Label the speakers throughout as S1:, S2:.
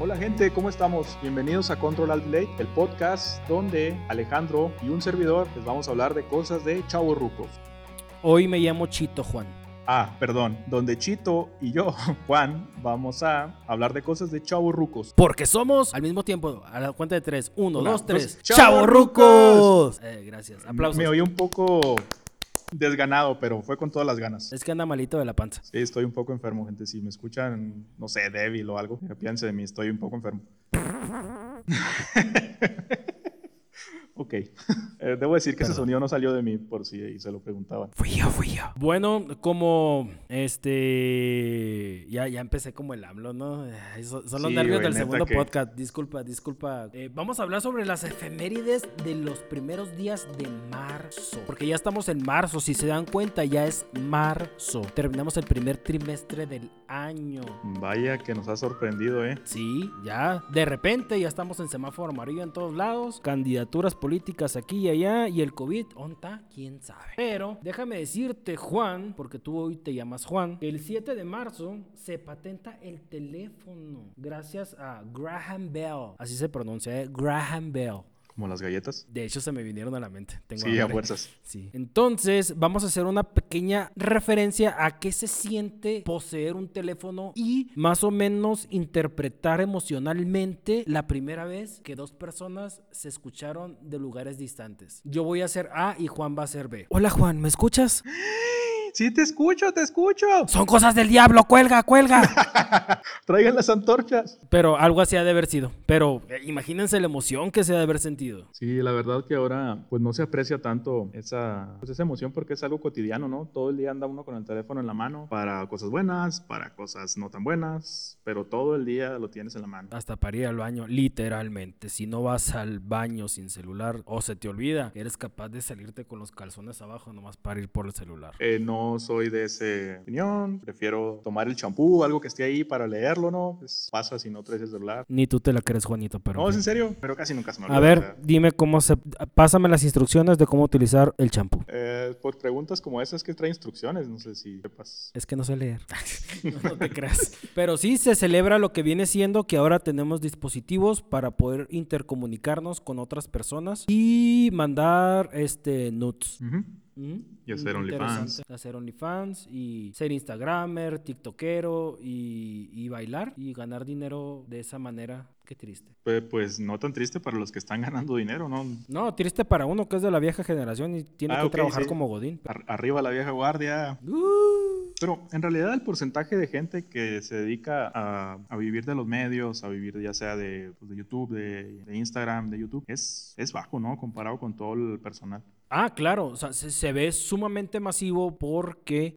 S1: Hola gente, ¿cómo estamos? Bienvenidos a Control Alt Delete, el podcast donde Alejandro y un servidor les vamos a hablar de cosas de chavo rucos.
S2: Hoy me llamo Chito Juan.
S1: Ah, perdón, donde Chito y yo, Juan, vamos a hablar de cosas de chavo rucos.
S2: Porque somos al mismo tiempo, a la cuenta de tres. Uno,
S1: Una,
S2: dos,
S1: dos,
S2: tres.
S1: ¡chavorrucos!
S2: ¡Chavorrucos! Eh, gracias. Aplausos.
S1: Me oí un poco desganado, pero fue con todas las ganas.
S2: Es que anda malito de la panza.
S1: Sí, estoy un poco enfermo, gente. Si me escuchan, no sé, débil o algo, piensen de mí, estoy un poco enfermo. ok. Eh, Debo decir que ese sonido no salió de mí, por si ahí se lo preguntaban.
S2: Fui yo, fui yo. Bueno, como este. Ya, ya empecé como el hablo, ¿no? Ay, so- son los
S1: Sí,
S2: nervios
S1: güey,
S2: del
S1: neta
S2: segundo
S1: que-
S2: podcast. Disculpa, disculpa. Eh, vamos a hablar sobre las efemérides de los primeros días de marzo. Porque ya estamos en marzo. Si se dan cuenta, ya es marzo. Terminamos el primer trimestre del año.
S1: Vaya que nos ha sorprendido, ¿eh?
S2: Sí, ya. De repente ya estamos en semáforo amarillo en todos lados. Candidaturas políticas aquí y allá. Y el COVID, ¿onta? ¿Quién sabe? Pero déjame decirte, Juan, porque tú hoy te llamas Juan, que el 7 de marzo se patenta el teléfono. Gracias a Graham Bell. Así se pronuncia, ¿eh? Graham Bell.
S1: Como las galletas.
S2: De hecho, se me vinieron a la mente. Tengo
S1: Sí, a
S2: hambre.
S1: fuerzas.
S2: Sí. Entonces, vamos a hacer una pequeña referencia a qué se siente poseer un teléfono y más o menos interpretar emocionalmente la primera vez que dos personas se escucharon de lugares distantes. Yo voy a ser A y Juan va a ser B. Hola Juan, ¿me escuchas?
S1: Sí, te escucho, te escucho.
S2: Son cosas del diablo, cuelga, cuelga.
S1: Traigan las antorchas.
S2: Pero algo así ha de haber sido. Pero eh, imagínense la emoción que se ha de haber sentido.
S1: Sí, la verdad que ahora pues no se aprecia tanto esa, pues, esa emoción porque es algo cotidiano, ¿no? Todo el día anda uno con el teléfono en la mano para cosas buenas, para cosas no tan buenas, pero todo el día lo tienes en la mano.
S2: Hasta para ir al baño, literalmente. Si no vas al baño sin celular o se te olvida, eres capaz de salirte con los calzones abajo nomás para ir por el celular.
S1: Eh, no soy de esa opinión, prefiero tomar el champú, algo que esté ahí para leerlo, ¿no? Pues pasa si no traes el celular.
S2: Ni tú te la crees, Juanito, pero...
S1: No,
S2: en
S1: es en
S2: fin.
S1: serio, pero casi nunca se me
S2: A
S1: olvida, la
S2: ver,
S1: verdad.
S2: dime cómo se... Pásame las instrucciones de cómo utilizar el champú.
S1: Eh, por preguntas como esas que trae instrucciones, no sé si sepas.
S2: Es que no sé leer. no, no te creas. Pero sí se celebra lo que viene siendo que ahora tenemos dispositivos para poder intercomunicarnos con otras personas y mandar este nuts.
S1: Ujú.
S2: Mm,
S1: Y hacer
S2: mm,
S1: OnlyFans.
S2: interesante. Hacer OnlyFans y ser Instagramer, TikTokero y, y bailar y ganar dinero de esa manera. Qué triste.
S1: Pues, pues no tan triste para los que están ganando dinero, ¿no?
S2: No, triste para uno que es de la vieja generación y tiene
S1: Ah,
S2: que
S1: ok,
S2: trabajar
S1: sí.
S2: como Godín.
S1: Ar- arriba la vieja guardia.
S2: Uh,
S1: Pero en realidad el porcentaje de gente que se dedica a, a vivir de los medios, a vivir ya sea de, pues, de YouTube, de, de Instagram, de YouTube, es, es bajo, ¿no? Comparado con todo el personal.
S2: Ah, claro, o sea, se, se ve sumamente masivo porque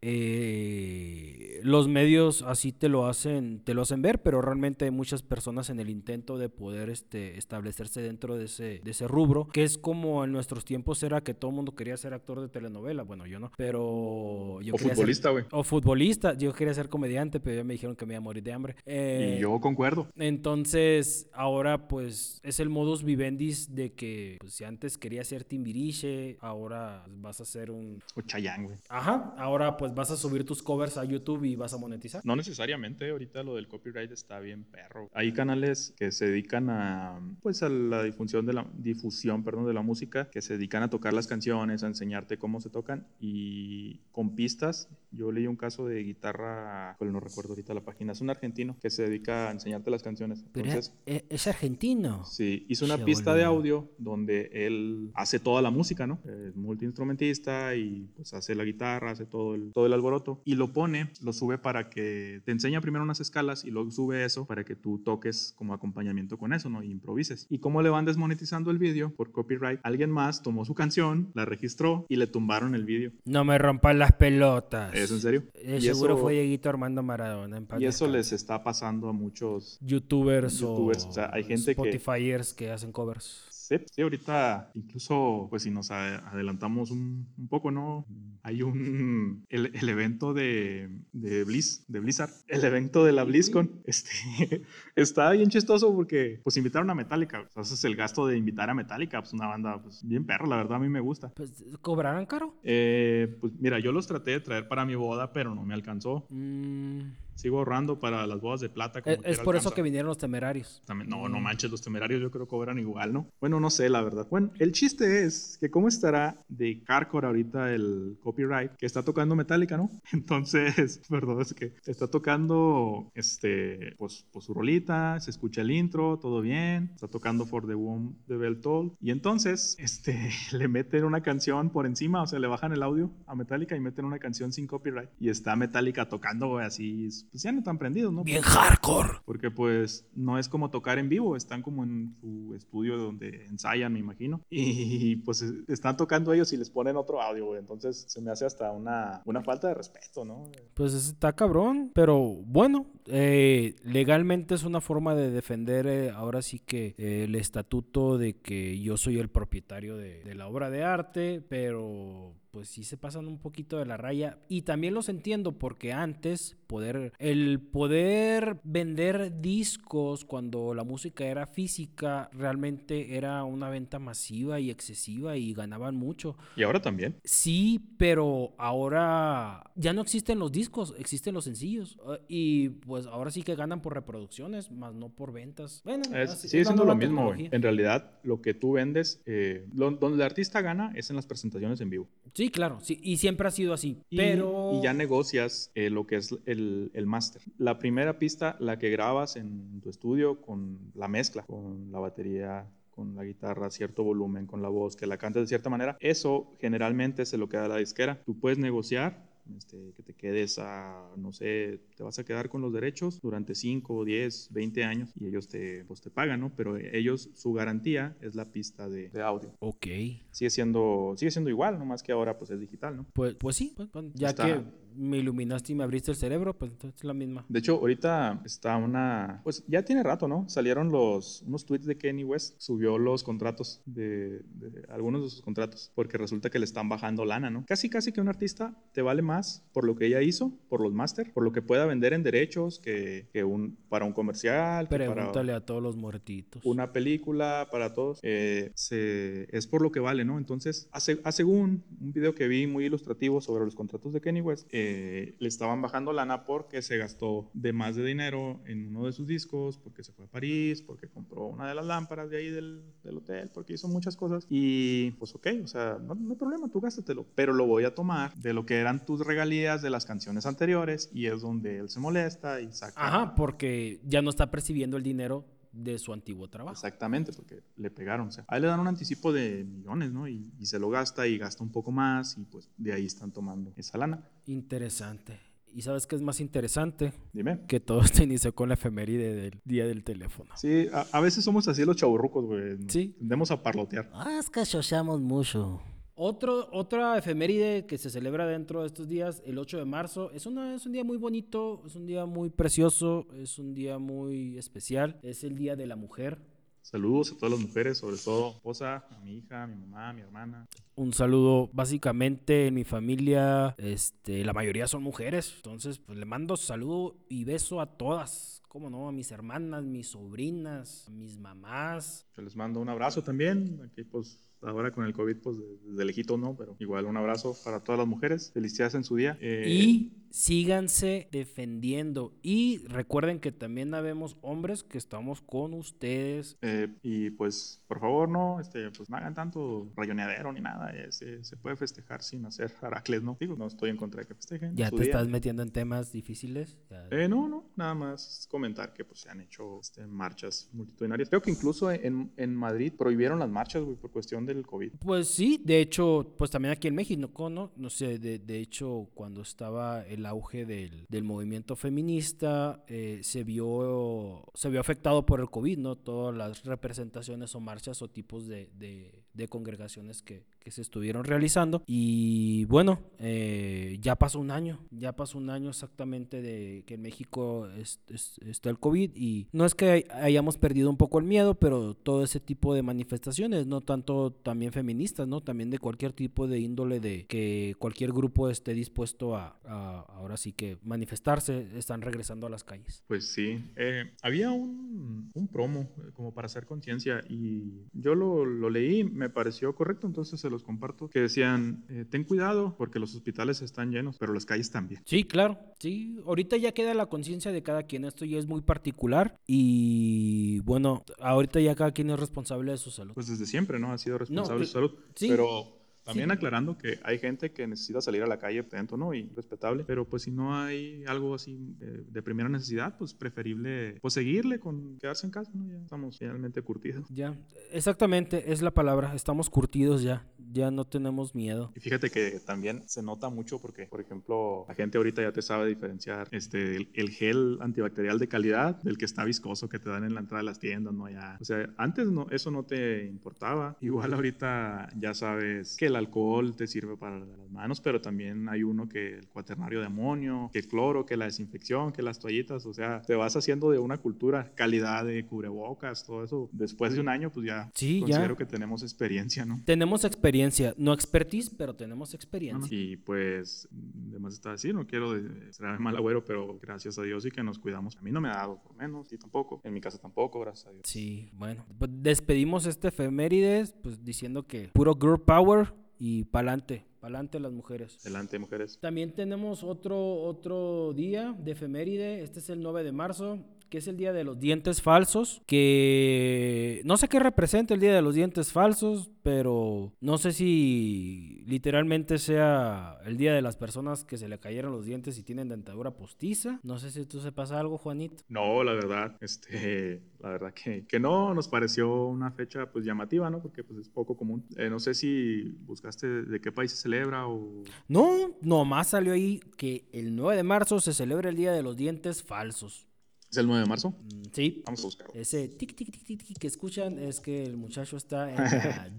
S2: eh, los medios así te lo hacen, te lo hacen ver, pero realmente hay muchas personas en el intento de poder este, establecerse dentro de ese, de ese rubro, que es como en nuestros tiempos era que todo el mundo quería ser actor de telenovela, bueno, yo no, pero yo
S1: o
S2: quería ser-
S1: futbolista, güey.
S2: o futbolista, yo quería ser comediante, pero ya me dijeron que me iba a morir de hambre. Eh,
S1: Y yo concuerdo.
S2: entonces, ahora pues es el modus vivendis de que pues, si antes querías ser timbiriche, ahora pues, vas a hacer un...
S1: O Chayán, güey.
S2: Ajá, ahora pues vas a subir tus covers a YouTube y vas a monetizar.
S1: No necesariamente, ahorita lo del copyright está bien perro. Hay canales que se dedican a pues a la difusión de la difusión, perdón, de la música, que se dedican a tocar las canciones, a enseñarte cómo se tocan y con pistas. Yo leí un caso de guitarra, pues no recuerdo ahorita la página, es un argentino que se dedica a enseñarte las canciones. Entonces,
S2: es, argentino.
S1: Sí, hizo una
S2: Qué
S1: pista de
S2: boludo.
S1: audio donde él hace toda la música, ¿no? Es multiinstrumentista y pues hace la guitarra, hace todo el, todo el alboroto y lo pone, lo sube para que te enseña primero unas escalas y luego sube eso para que tú toques como acompañamiento con eso, ¿no? Y improvises. Y como le van desmonetizando el vídeo por copyright, alguien más tomó su canción, la registró y le tumbaron el vídeo.
S2: No me rompan las pelotas.
S1: ¿Es en serio?
S2: Eh,
S1: Y
S2: seguro
S1: eso-
S2: fue Dieguito Armando Maradona. en paz
S1: Y eso les
S2: descanse.
S1: está pasando a muchos
S2: Youtubers,
S1: Youtubers,
S2: o,
S1: o sea, hay gente que-
S2: Spotifyers que hacen covers.
S1: Sí, sí, ahorita incluso, pues si nos a- adelantamos un, un poco, ¿no? Hay un, el, el evento de, de Blizz, de Blizzard, el evento de la BlizzCon, este, está bien chistoso porque, pues invitaron a Metallica, entonces el gasto de invitar a Metallica, pues una banda, pues bien perro, la verdad a mí me gusta.
S2: Pues, ¿Cobrarán caro?
S1: Eh, pues mira, yo los traté de traer para mi boda, pero no me alcanzó.
S2: Mm,
S1: sigo ahorrando para las bodas de plata. como
S2: Es, es
S1: quiera
S2: por eso
S1: alcanza.
S2: que vinieron los temerarios.
S1: También- no, no manches, los temerarios yo creo que cobran igual, ¿no? Bueno, no sé, la verdad. Bueno, el chiste es que cómo estará de hardcore ahorita el copyright que está tocando Metallica, ¿no? Entonces, perdón, es que está tocando, este, pues, pues su rolita, se escucha el intro, todo bien, está tocando For the Womb de Bell Toll y entonces, este, le meten una canción por encima, o sea, le bajan el audio a Metallica y meten una canción sin copyright y está Metallica tocando, güey, así, pues ya no tan prendidos, ¿no?
S2: Bien hardcore.
S1: Porque pues no es como tocar en vivo, están como en su estudio donde ensayan, me imagino. Y pues es- están tocando ellos y les ponen otro audio, güey. Entonces se me hace hasta una, una falta de respeto, ¿no?
S2: Pues está cabrón, pero bueno, eh, legalmente es una forma de defender eh, ahora sí que eh, el estatuto de que yo soy el propietario de, de la obra de arte, pero pues sí se pasan un poquito de la raya y también los entiendo porque antes poder el poder vender discos cuando la música era física realmente era una venta masiva y excesiva y ganaban mucho.
S1: Y ahora también.
S2: Sí, pero ahora ya no existen los discos, existen los sencillos. eh, Y pues ahora sí que ganan por reproducciones, más no por ventas. Bueno,
S1: Es-
S2: así-
S1: sigue
S2: Ah, es la
S1: siendo lo
S2: nueva
S1: mismo, güey.
S2: tecnología.
S1: En realidad, lo que tú vendes, eh, lo- donde el artista gana es en las presentaciones en vivo.
S2: Sí, claro, sí, y siempre ha sido así.
S1: Y,
S2: pero.
S1: y ya negocias eh, lo que es el, el máster. La primera pista, la que grabas en tu estudio con la mezcla, con la batería, con la guitarra, cierto volumen, con la voz, que la cantes de cierta manera, eso generalmente se lo queda a la disquera. Tú puedes negociar. este, que te quedes a, no sé, te vas a quedar con los derechos durante 5, 10, 20 años y ellos te, pues te pagan, ¿no? Pero ellos, su garantía es la pista de, de audio.
S2: Ok.
S1: Sigue siendo, sigue siendo igual, nomás que ahora pues es digital, ¿no?
S2: Pues, pues sí, pues, bueno, ya
S1: Está-
S2: que me iluminaste y me abriste el cerebro, pues entonces es la misma.
S1: De hecho, ahorita está una. Pues ya tiene rato, ¿no? Salieron los unos tweets de Kanye West. Subió los contratos de, de algunos de sus contratos. Porque resulta que le están bajando lana, ¿no? Casi, casi que un artista te vale más por lo que ella hizo, por los máster, por lo que pueda vender en derechos que, que un, para un comercial, que para
S2: Pregúntale a todos los muertitos.
S1: una película para todos eh, se- es por lo que vale, ¿no? Entonces, hace, hace un, un video que vi muy ilustrativo sobre los contratos de Kenny West, eh, le estaban bajando lana porque se gastó de más de dinero en uno de sus discos, porque se fue a París, porque compró una de las lámparas de ahí del, del hotel, porque hizo muchas cosas. Y pues ok, o sea, no, no hay problema, tú gástatelo, pero lo voy a tomar de lo que eran tus regalías de las canciones anteriores y es donde él se molesta y saca...
S2: Ajá, porque ya no está percibiendo el dinero de su antiguo trabajo.
S1: Exactamente, porque le pegaron. O sea, ahí le dan un anticipo de millones, ¿no? Y, y se lo gasta y gasta un poco más y pues de ahí están tomando esa lana.
S2: Interesante. ¿Y sabes qué es más interesante?
S1: Dime.
S2: que todo se inició con la efeméride del día del teléfono.
S1: Sí, a, a veces somos así los chaburrucos, güey. Nos
S2: Sí.
S1: Tendemos a parlotear.
S2: Ah, es que chochamos mucho. Otro, otra efeméride que se celebra dentro de estos días, el 8 de marzo, es, una, es un día muy bonito, es un día muy precioso, es un día muy especial, es el Día de la Mujer.
S1: Saludos a todas las mujeres, sobre todo a mi esposa, a mi hija, a mi mamá, a mi hermana.
S2: Un saludo, básicamente en mi familia, este, la mayoría son mujeres, entonces pues le mando saludo y beso a todas, cómo no, a mis hermanas, mis sobrinas, a mis mamás,
S1: Yo les mando un abrazo también. Aquí, pues, ahora con el COVID, pues, de- desde lejito, ¿no? Pero igual un abrazo para todas las mujeres. Felicidades en su día. Eh,
S2: Y síganse defendiendo. Y recuerden que también habemos hombres que estamos con ustedes.
S1: Eh, y pues, por favor, no, este, pues, no hagan tanto rayoneadero ni nada. eh, se, se puede festejar sin hacer aracles, ¿no? Digo, no estoy en contra de que festejen.
S2: Ya
S1: su
S2: te
S1: día.
S2: estás metiendo en temas difíciles. ya.
S1: Eh, no, no, nada más comentar que pues se han hecho este, marchas multitudinarias. Creo que incluso en, en Madrid prohibieron las marchas, güey, por cuestión del COVID.
S2: Pues sí, de hecho, pues también aquí en México, ¿no? No sé, de, de hecho, cuando estaba el auge del, del movimiento feminista, eh, se, vio, se vio afectado por el COVID, ¿no? Todas las representaciones o marchas o tipos de, de- de congregaciones que, que se estuvieron realizando. Y bueno, eh, ya pasó un año, ya pasó un año exactamente de que en México es- es- está el COVID y no es que hay- hayamos perdido un poco el miedo, pero todo ese tipo de manifestaciones, no tanto también feministas, ¿no? También de cualquier tipo de índole de que cualquier grupo esté dispuesto a, a- ahora sí que manifestarse, están regresando a las calles.
S1: Pues sí, eh, había un, un promo eh, como para hacer conciencia y yo lo, lo leí, me pareció correcto, entonces se los los comparto, que decían, eh, ten cuidado porque los hospitales están llenos, pero las calles también.
S2: Sí, claro. Sí, ahorita ya queda la conciencia de cada quien. Esto ya es muy particular y bueno, ahorita ya cada quien es responsable de su salud.
S1: Pues desde siempre, ¿no? Ha sido responsable
S2: No, eh,
S1: de su salud.
S2: sí.
S1: Pero también
S2: Sí.
S1: aclarando que hay gente que necesita salir a la calle, tanto no, y respetable. Pero pues si no hay algo así eh, de primera necesidad, pues preferible, pues seguirle con quedarse en casa, ¿no? Ya estamos finalmente curtidos.
S2: Ya, exactamente, es la palabra. Estamos curtidos ya. Ya no tenemos miedo.
S1: Y fíjate que también se nota mucho porque, por ejemplo, la gente ahorita ya te sabe diferenciar este, el, el gel antibacterial de calidad del que está viscoso que te dan en la entrada de las tiendas, ¿no? Ya, o sea, antes no, eso no te importaba. Igual ahorita ya sabes que el alcohol te sirve para las manos, pero también hay uno que el cuaternario de amonio, que el cloro, que la desinfección, que las toallitas, o sea, te vas haciendo de una cultura, calidad de cubrebocas, todo eso. Después de un año, pues ya
S2: Sí, ya.
S1: considero que tenemos experiencia, ¿no?
S2: Tenemos experiencia, no expertise, pero tenemos
S1: ¿no?
S2: experiencia.
S1: Y pues, además está así, no quiero de- ser el mal agüero, pero gracias a Dios y que nos cuidamos. A mí no me ha dado por menos, y tampoco. En mi casa tampoco, gracias a Dios.
S2: Sí, bueno. pues Despedimos este efemérides, pues diciendo que puro girl power y pa'lante, pa'lante las mujeres.
S1: Adelante, mujeres.
S2: También tenemos otro, otro día de efeméride, este es el 9 de marzo, que es el día de los dientes falsos, que no sé qué representa el día de los dientes falsos, pero no sé si literalmente sea el día de las personas que se le cayeron los dientes y tienen dentadura postiza. No sé si tú sepas algo, Juanito.
S1: No, la verdad, este, la verdad que, que no, nos pareció una fecha pues llamativa, ¿no? Porque pues es poco común. Eh, no sé si buscaste de qué país se celebra o...
S2: No, nomás salió ahí que el 9 de marzo se celebra el Día de los Dientes Falsos.
S1: ¿Es el 9 de marzo?
S2: Mm, Sí.
S1: Vamos a buscarlo.
S2: Ese tic tic tic tic tic que escuchan es que el muchacho está en la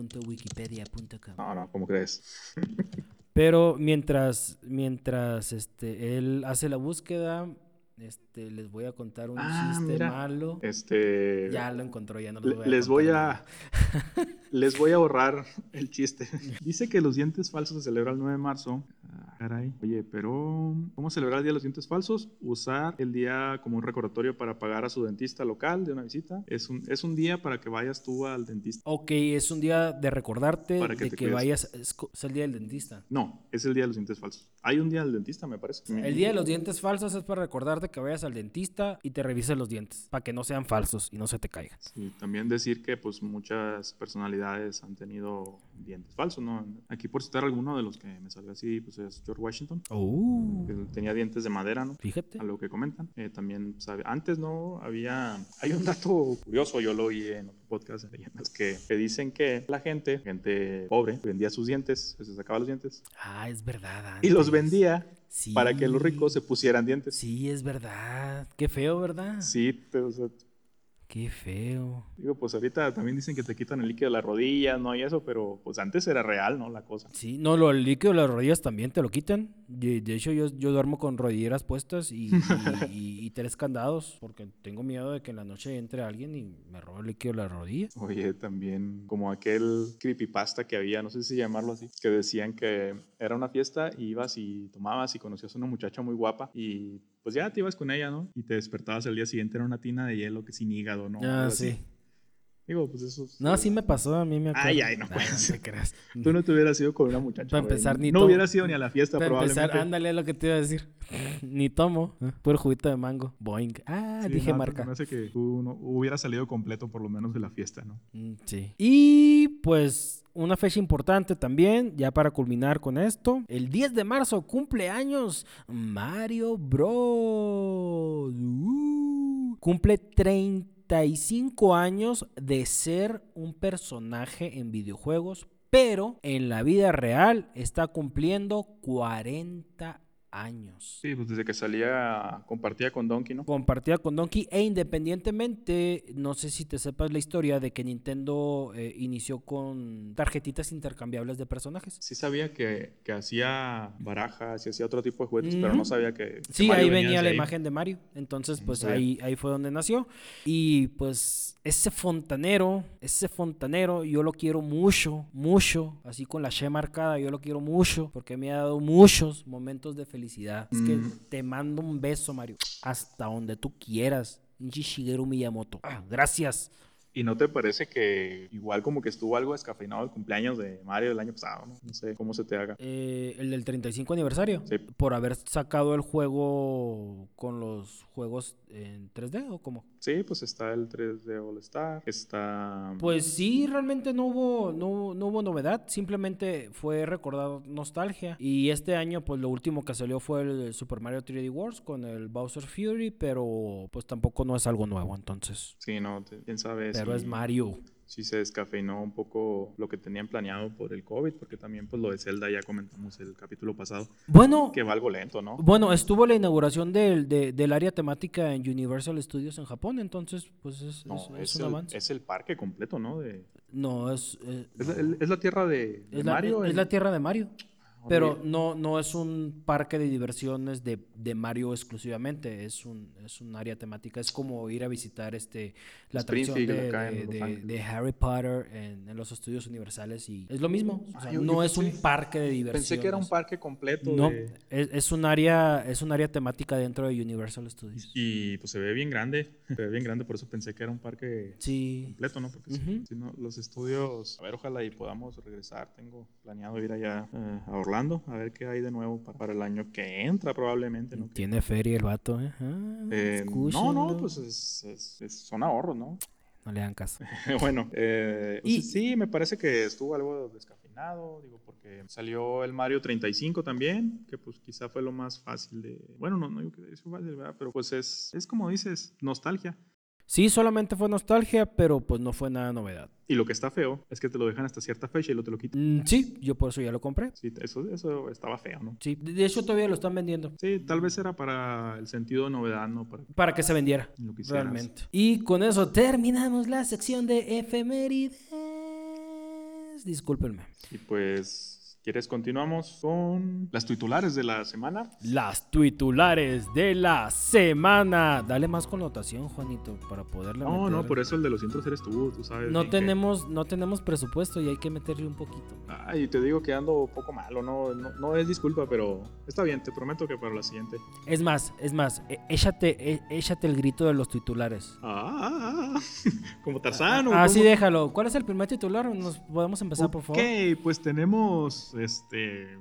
S2: www.wikipedia.com.
S1: No, no, ¿cómo crees?
S2: Pero mientras mientras este él hace la búsqueda, este les voy a contar un
S1: Ah,
S2: chiste
S1: mira.
S2: malo.
S1: Este...
S2: Ya lo encontró, ya no lo
S1: Le-
S2: voy a
S1: Les voy a
S2: contar.
S1: les voy a ahorrar el chiste. Dice que los dientes falsos se celebra el 9 de marzo. Ah, caray. Oye, pero ¿cómo celebrar el día de los dientes falsos? Usar el día como un recordatorio para pagar a su dentista local de una visita. Es un, es un día para que vayas tú al dentista.
S2: Ok, es un día de recordarte
S1: Para que
S2: de
S1: te
S2: que
S1: cuides.
S2: vayas es, co- es el día del dentista.
S1: No, es el día de los dientes falsos. Hay un día del dentista, me parece.
S2: El día de los dientes falsos es para recordarte que vayas al dentista y te revises los dientes, para que no sean falsos y no se te caigan.
S1: Sí, también decir que pues muchas personalidades han tenido dientes falsos, ¿no? Aquí por citar alguno de los que me salió así, pues es George Washington,
S2: Oh,
S1: que tenía dientes de madera, ¿no?
S2: fíjate.
S1: Uh. a lo que comentan. Eh, también sabe- antes no había, hay un dato curioso, yo lo oí en otro podcast de leyendas, que, que dicen que la gente, gente pobre, vendía sus dientes, se sacaba los dientes
S2: Ah, es verdad.
S1: y los
S2: antes.
S1: vendía
S2: Sí.
S1: para que los ricos se pusieran dientes. Sí,
S2: Sí, Ah. es verdad. Qué feo, ¿verdad?
S1: te- o sea,
S2: Qué feo.
S1: digo, pues ahorita también dicen que te quitan el líquido de las rodillas, ¿no? Y eso, pero pues antes era real, ¿no? La cosa.
S2: Sí, no, lo, el líquido de las rodillas también te lo quitan. De, de hecho, yo, yo duermo con rodilleras puestas y, y- y- y tres candados porque tengo miedo de que en la noche entre alguien y me robe el líquido de las rodillas.
S1: Oye, también como aquel creepypasta que había, no sé si llamarlo así, que decían que era una fiesta, y ibas y tomabas y conocías a una muchacha muy guapa y pues ya te ibas con ella, ¿no? Y te despertabas al día siguiente, era una tina de hielo que sin hígado, ¿no?
S2: Ah,
S1: Algo así.
S2: sí.
S1: Digo, pues eso... es-
S2: No, sí me pasó, a mí me acuerdo.
S1: Ay, ay, no
S2: Ah,
S1: puedes.
S2: te creas.
S1: Tú no te hubieras ido con una muchacha.
S2: Para
S1: güey.
S2: empezar, ni
S1: No
S2: to-
S1: hubiera sido ni a la fiesta,
S2: Para
S1: probablemente.
S2: empezar, ándale lo que te iba a decir. Ni tomo, ¿eh? puro juguito de mango. Boing. Ah,
S1: Sí,
S2: dije
S1: no,
S2: marca.
S1: Me parece que tú no- hubieras salido completo por lo menos de la fiesta, ¿no?
S2: Mm, Sí. Y pues una fecha importante también, ya para culminar con esto. El 10 de marzo cumple años Mario Bros. Uh, cumple 35 años de ser un personaje en videojuegos, pero en la vida real está cumpliendo 40 años.
S1: Sí, pues desde que salía, compartía con Donkey, ¿no?
S2: Compartida con Donkey e independientemente, no sé si te sepas la historia de que Nintendo eh, inició con tarjetitas intercambiables de personajes.
S1: Sí sabía que, que hacía barajas y hacía otro tipo de juguetes, pero no
S2: Ujú.
S1: sabía que... que
S2: Sí,
S1: Mario
S2: ahí venía
S1: desde
S2: la
S1: ahí.
S2: imagen de Mario. Entonces,
S1: Mm,
S2: pues
S1: sabía.
S2: ahí, ahí fue donde nació. Y pues ese fontanero, ese fontanero, yo lo quiero mucho, mucho. Así con la She marcada, yo lo quiero mucho porque me ha dado muchos momentos de felicidad. Es que
S1: Mm.
S2: te mando un beso, Mario. Hasta donde tú quieras. Inchi Shigeru Miyamoto. Ah, gracias.
S1: ¿Y no te parece que igual como que estuvo algo descafeinado el cumpleaños de Mario el año pasado? No, No sé cómo se te haga.
S2: Eh, el del 35 aniversario.
S1: Sí.
S2: Por haber sacado el juego con los juegos en 3D o cómo.
S1: Sí, pues está el 3D All Star, está...
S2: Pues sí, realmente no hubo, no, no hubo novedad, simplemente fue recordar nostalgia. Y este año, pues lo último que salió fue el Super Mario 3D Wars con el Bowser Fury, pero pues tampoco no es algo nuevo, entonces.
S1: Sí, no, te- quién sabe
S2: Pero es
S1: si-
S2: Mario.
S1: si se descafeinó un poco lo que tenían planeado por el COVID, porque también pues lo de Zelda ya comentamos el capítulo pasado,
S2: Bueno,
S1: que va algo lento, ¿no?
S2: bueno, estuvo la inauguración del, de- del área temática en Universal Studios en Japón, entonces pues es,
S1: No,
S2: es-
S1: es,
S2: es un
S1: el,
S2: avance.
S1: es el parque completo, ¿no? De-
S2: No, es... eh,
S1: es, la, el- es la tierra de, de
S2: es la-
S1: Mario.
S2: es
S1: el-
S2: la tierra de Mario.
S1: Ah,
S2: Pero
S1: órale.
S2: no, no es un parque de diversiones de, de Mario exclusivamente, es un, es un área temática, es como ir a visitar este la atracción de,
S1: Springfield acá en
S2: de-
S1: Los
S2: de-
S1: Ángeles.
S2: de Harry Potter en, en los estudios universales y es lo mismo, o sea,
S1: Ah, yo-
S2: no
S1: yo
S2: es un
S1: pensé-
S2: parque de diversiones.
S1: Pensé que era un parque completo.
S2: No,
S1: de-
S2: es, es un área, es un área temática dentro de Universal Studios.
S1: y pues se ve bien grande, se ve bien grande, por eso pensé que era un parque
S2: Sí.
S1: completo, ¿no? Porque si-
S2: Ujú.
S1: si no, los estudios, a ver, ojalá y podamos regresar, tengo planeado ir allá eh, a Orlando, a ver qué hay de nuevo para, para el año que entra probablemente, ¿no? Que-
S2: Tiene feria el vato, ¿eh? Ah,
S1: Eh, no,
S2: escúchenlo.
S1: no, pues es- es- es- son ahorros, ¿no?
S2: No le dan caso.
S1: bueno, eh,
S2: Y-
S1: pues sí, me parece que estuvo algo descafeinado, digo, porque salió el Mario 35 también, que pues quizá fue lo más fácil de... Bueno, no, no digo que es fácil, ¿verdad? Pero pues es, es como dices, nostalgia.
S2: Sí, solamente fue nostalgia, pero pues no fue nada novedad.
S1: Y lo que está feo es que te lo dejan hasta cierta fecha y lo te lo quitan.
S2: Mm, sí, yo por eso ya lo compré.
S1: Sí, eso, eso estaba feo, ¿no?
S2: Sí, de de hecho todavía lo están vendiendo.
S1: Sí, tal vez era para el sentido de novedad, ¿no? Para que
S2: Para que se vendiera.
S1: lo quisieras.
S2: Realmente. Y con eso terminamos la sección de efemérides. Discúlpenme.
S1: Y pues, ¿quieres continuamos con las titulares de la semana?
S2: Las titulares de la semana. Dale más connotación, Juanito, para poderle
S1: No, no,
S2: meter-
S1: por eso el de los intros eres tú, tú sabes.
S2: No
S1: bien que-
S2: tenemos, no tenemos presupuesto y hay que meterle un poquito.
S1: Ay, te digo que ando un poco malo, no, no, no es disculpa, pero está bien, te prometo que para la siguiente.
S2: Es más, es más, e- échate, e- échate el grito de los titulares.
S1: Ah, como Tarzán. ¿o
S2: Así
S1: cómo?
S2: Ah, déjalo. ¿Cuál es el primer titular? Nos podemos empezar, por favor.
S1: Ok, pues tenemos este. eh,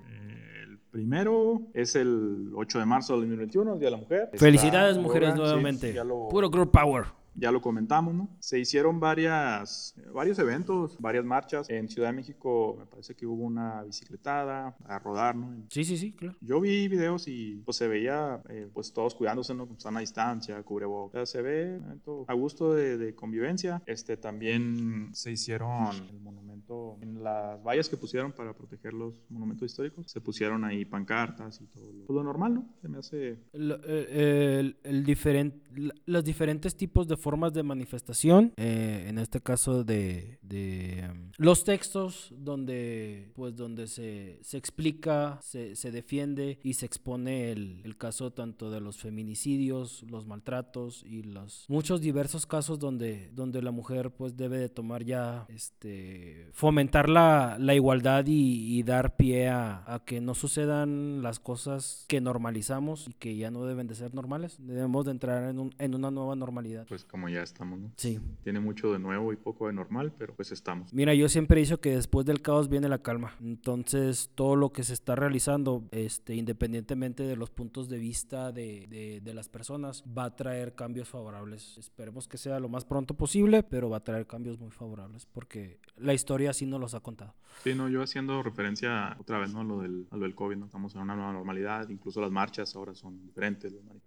S1: El primero es el 8 de marzo del 2021, el Día de la Mujer.
S2: Felicidades,
S1: Está
S2: mujeres,
S1: ahora, sí,
S2: nuevamente.
S1: ya lo-
S2: Puro girl power.
S1: ya lo comentamos, ¿no? Se hicieron varias, eh, varios eventos, varias marchas. En Ciudad de México me parece que hubo una bicicletada a rodar, ¿no? En-
S2: Sí, sí, sí, claro.
S1: Yo vi videos y pues se veía eh, pues todos cuidándose, ¿no? Están a distancia, cubrebocas. se ve un momento a gusto de, de convivencia. Este también se hicieron el monumento en las vallas que pusieron para proteger los monumentos históricos. Se pusieron ahí pancartas y todo lo, pues, lo normal, ¿no? Se me hace
S2: Lo- eh, el- el diferen- la- los diferentes tipos de formas de manifestación, eh, en este caso de, de, em, los textos donde, pues, donde se, se explica, se, se defiende y se expone el, el caso tanto de los feminicidios, los maltratos y los muchos diversos casos donde, donde la mujer pues debe de tomar ya, este, fomentar la, la igualdad y, y dar pie a, a que no sucedan las cosas que normalizamos y que ya no deben de ser normales. Debemos de entrar en, un- en una nueva normalidad.
S1: pues como ya estamos, ¿no?
S2: Sí.
S1: Tiene mucho de nuevo y poco de normal, pero pues estamos.
S2: Mira, yo siempre he dicho que después del caos viene la calma. Entonces, todo lo que se está realizando, este, independientemente de los puntos de vista de, de- de las personas, va a traer cambios favorables. Esperemos que sea lo más pronto posible, pero va a traer cambios muy favorables porque la historia así nos los ha contado.
S1: Sí, no, yo haciendo referencia otra vez, ¿no? A lo del, a lo del COVID, ¿no? Estamos en una nueva normalidad, incluso las marchas ahora son diferentes. las mani-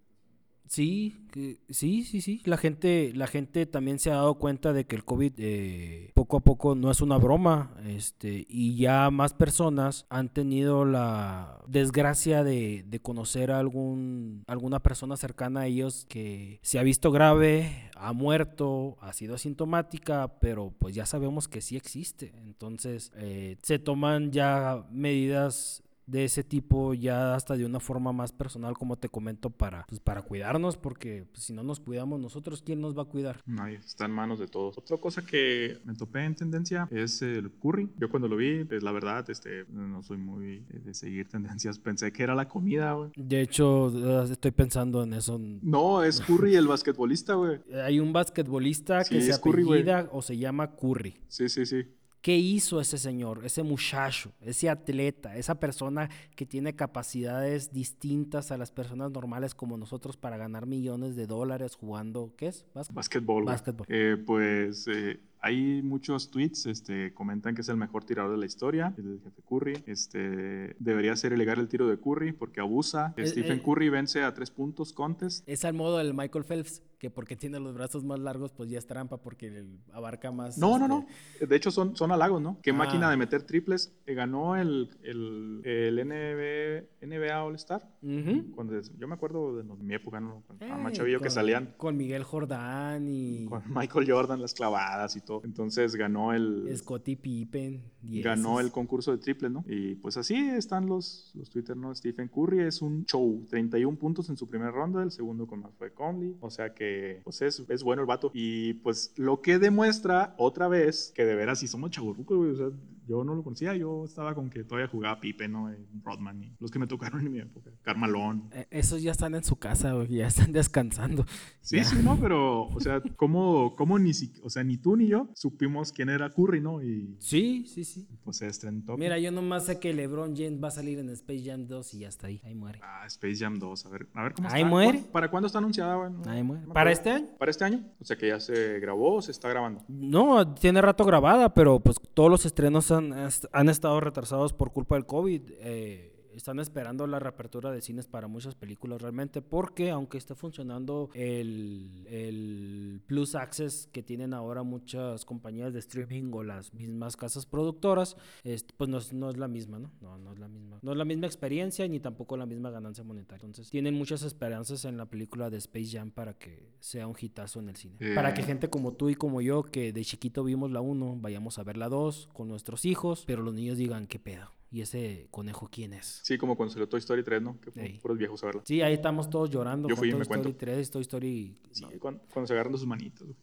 S2: Sí, que- sí, sí, sí. La gente, la gente también se ha dado cuenta de que el COVID eh, poco a poco no es una broma, este, y ya más personas han tenido la desgracia de, de conocer a algún, alguna persona cercana a ellos que se ha visto grave, ha muerto, ha sido asintomática, pero pues ya sabemos que sí existe. Entonces eh, se toman ya medidas de ese tipo ya hasta de una forma más personal, como te comento, para, pues, para cuidarnos, porque pues, si no nos cuidamos nosotros, ¿quién nos va a cuidar?
S1: Nadie, está en manos de todos. Otra cosa que me topé en tendencia es el curry. Yo cuando lo vi, pues la verdad, este, no soy muy eh, de seguir tendencias, pensé que era la comida, güey.
S2: De hecho, ah, estoy pensando en eso.
S1: No, es Curry el basquetbolista, güey.
S2: Hay un basquetbolista
S1: Sí,
S2: que se
S1: es Curry, güey.
S2: apellida o se llama Curry.
S1: Sí, sí, sí.
S2: ¿Qué hizo ese señor, ese muchacho, ese atleta, esa persona que tiene capacidades distintas a las personas normales como nosotros para ganar millones de dólares jugando, ¿qué es? Básquet.
S1: Básquetbol. güey.
S2: Básquetbol.
S1: Eh, pues eh, hay muchos tweets, este, comentan que es el mejor tirador de la historia, el jefe Curry. Este, debería ser ilegal el tiro de Curry porque abusa.
S2: Eh,
S1: Stephen
S2: eh.
S1: Curry vence a tres puntos contest.
S2: Es al modo del Michael Phelps, que porque tiene los brazos más largos, pues ya es trampa porque el- abarca más.
S1: No, no,
S2: este,
S1: no. De hecho, son, son halagos, ¿no? Qué
S2: Ah.
S1: máquina de meter triples. Eh, ganó el, el, el NB NBA All-Star.
S2: este, Ujú.
S1: Cuando es- yo me acuerdo de no- mi época, ¿no? Cuando estaba más
S2: Eh,
S1: chavillo que
S2: con-
S1: salían
S2: Con Miguel Jordán y
S1: con Michael Jordan las clavadas y todo. Entonces ganó el
S2: Scottie Pippen. y
S1: ganó
S2: esos.
S1: el concurso de triples, ¿no? Y pues así están los, los Twitter, ¿no? Stephen Curry es un show, 31 puntos en su primera ronda, el segundo con más fue Conley, o sea que pues es, es bueno el vato. Y pues lo que demuestra otra vez que de veras sí somos chaburrucos, güey, o sea, yo no lo conocía, yo estaba con que todavía jugaba Pipe, ¿no? Eh, Rodman y los que me tocaron en mi época, Carmalón.
S2: Eh, Esos ya están en su casa, güey, ya están descansando.
S1: Sí,
S2: Ya.
S1: sí, no, pero, o sea, ¿cómo, cómo ni, si- o sea, ni tú ni yo supimos quién era Curry, ¿no? Y
S2: Sí, sí, sí.
S1: pues se estrenó top.
S2: Mira, yo nomás sé que LeBron James va a salir en Space Jam 2 y ya está ahí. Ahí muere.
S1: Ah, Space Jam 2, a ver, a ver cómo
S2: Ahí
S1: está.
S2: muere.
S1: ¿Cu- ¿Para cuándo está anunciada? güey? No-
S2: Ahí muere.
S1: no me
S2: ¿Para
S1: acuerdo.
S2: este año?
S1: ¿Para este año? O sea que ya se grabó o se está grabando.
S2: No, tiene rato grabada, pero pues todos los estrenos han, est- han estado retrasados por culpa del COVID. Eh, están esperando la reapertura de cines para muchas películas realmente, porque aunque esté funcionando el, el Plus Access que tienen ahora muchas compañías de streaming o las mismas casas productoras, es- pues no es, no es la misma, ¿no? No, no es la misma. No es la misma experiencia ni tampoco la misma ganancia monetaria. Entonces, tienen muchas esperanzas en la película de Space Jam para que sea un hitazo en el cine.
S1: Eh,
S2: Para que gente como tú y como yo, que de chiquito vimos la 1, vayamos a ver la 2 con nuestros hijos, pero los niños digan, ¿qué pedo? ¿Y ese conejo quién es?
S1: Sí, como cuando salió Toy Story 3, ¿no? Que fu-
S2: Ey.
S1: puros viejos a verla.
S2: Sí, ahí estamos todos llorando
S1: Yo fui,
S2: con
S1: me
S2: Toy Story
S1: cuento.
S2: 3, Toy Story... ¿Eh?
S1: Sí,
S2: no.
S1: cuando, cuando se agarran de sus manitas. güey.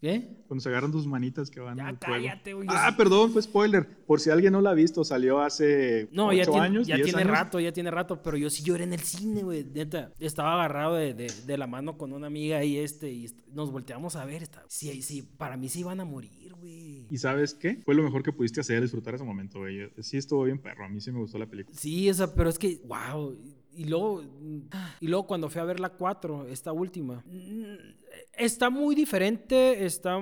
S2: ¿Qué?
S1: Cuando se agarran de sus manitas que van
S2: Ya
S1: al fuego.
S2: cállate, güey.
S1: Ah, perdón, fue spoiler. Por si alguien no la ha visto, salió hace
S2: No, ya
S1: 8
S2: tiene,
S1: años,
S2: ya
S1: 10
S2: tiene
S1: años.
S2: rato, ya tiene rato, pero yo sí lloré en el cine, güey. Neta, estaba agarrado de, de- de la mano con una amiga y este, y est- nos volteamos a ver. Está, sí, sí, para mí se iban a morir, güey.
S1: ¿Y sabes qué? Fue lo mejor que pudiste hacer, disfrutar ese momento, güey. Sí estuvo bien perro, a mí sí me gustó la película.
S2: Sí, o sea, pero es que, wow. Y luego, y luego cuando fui a ver la 4, esta última, mm, está muy diferente, está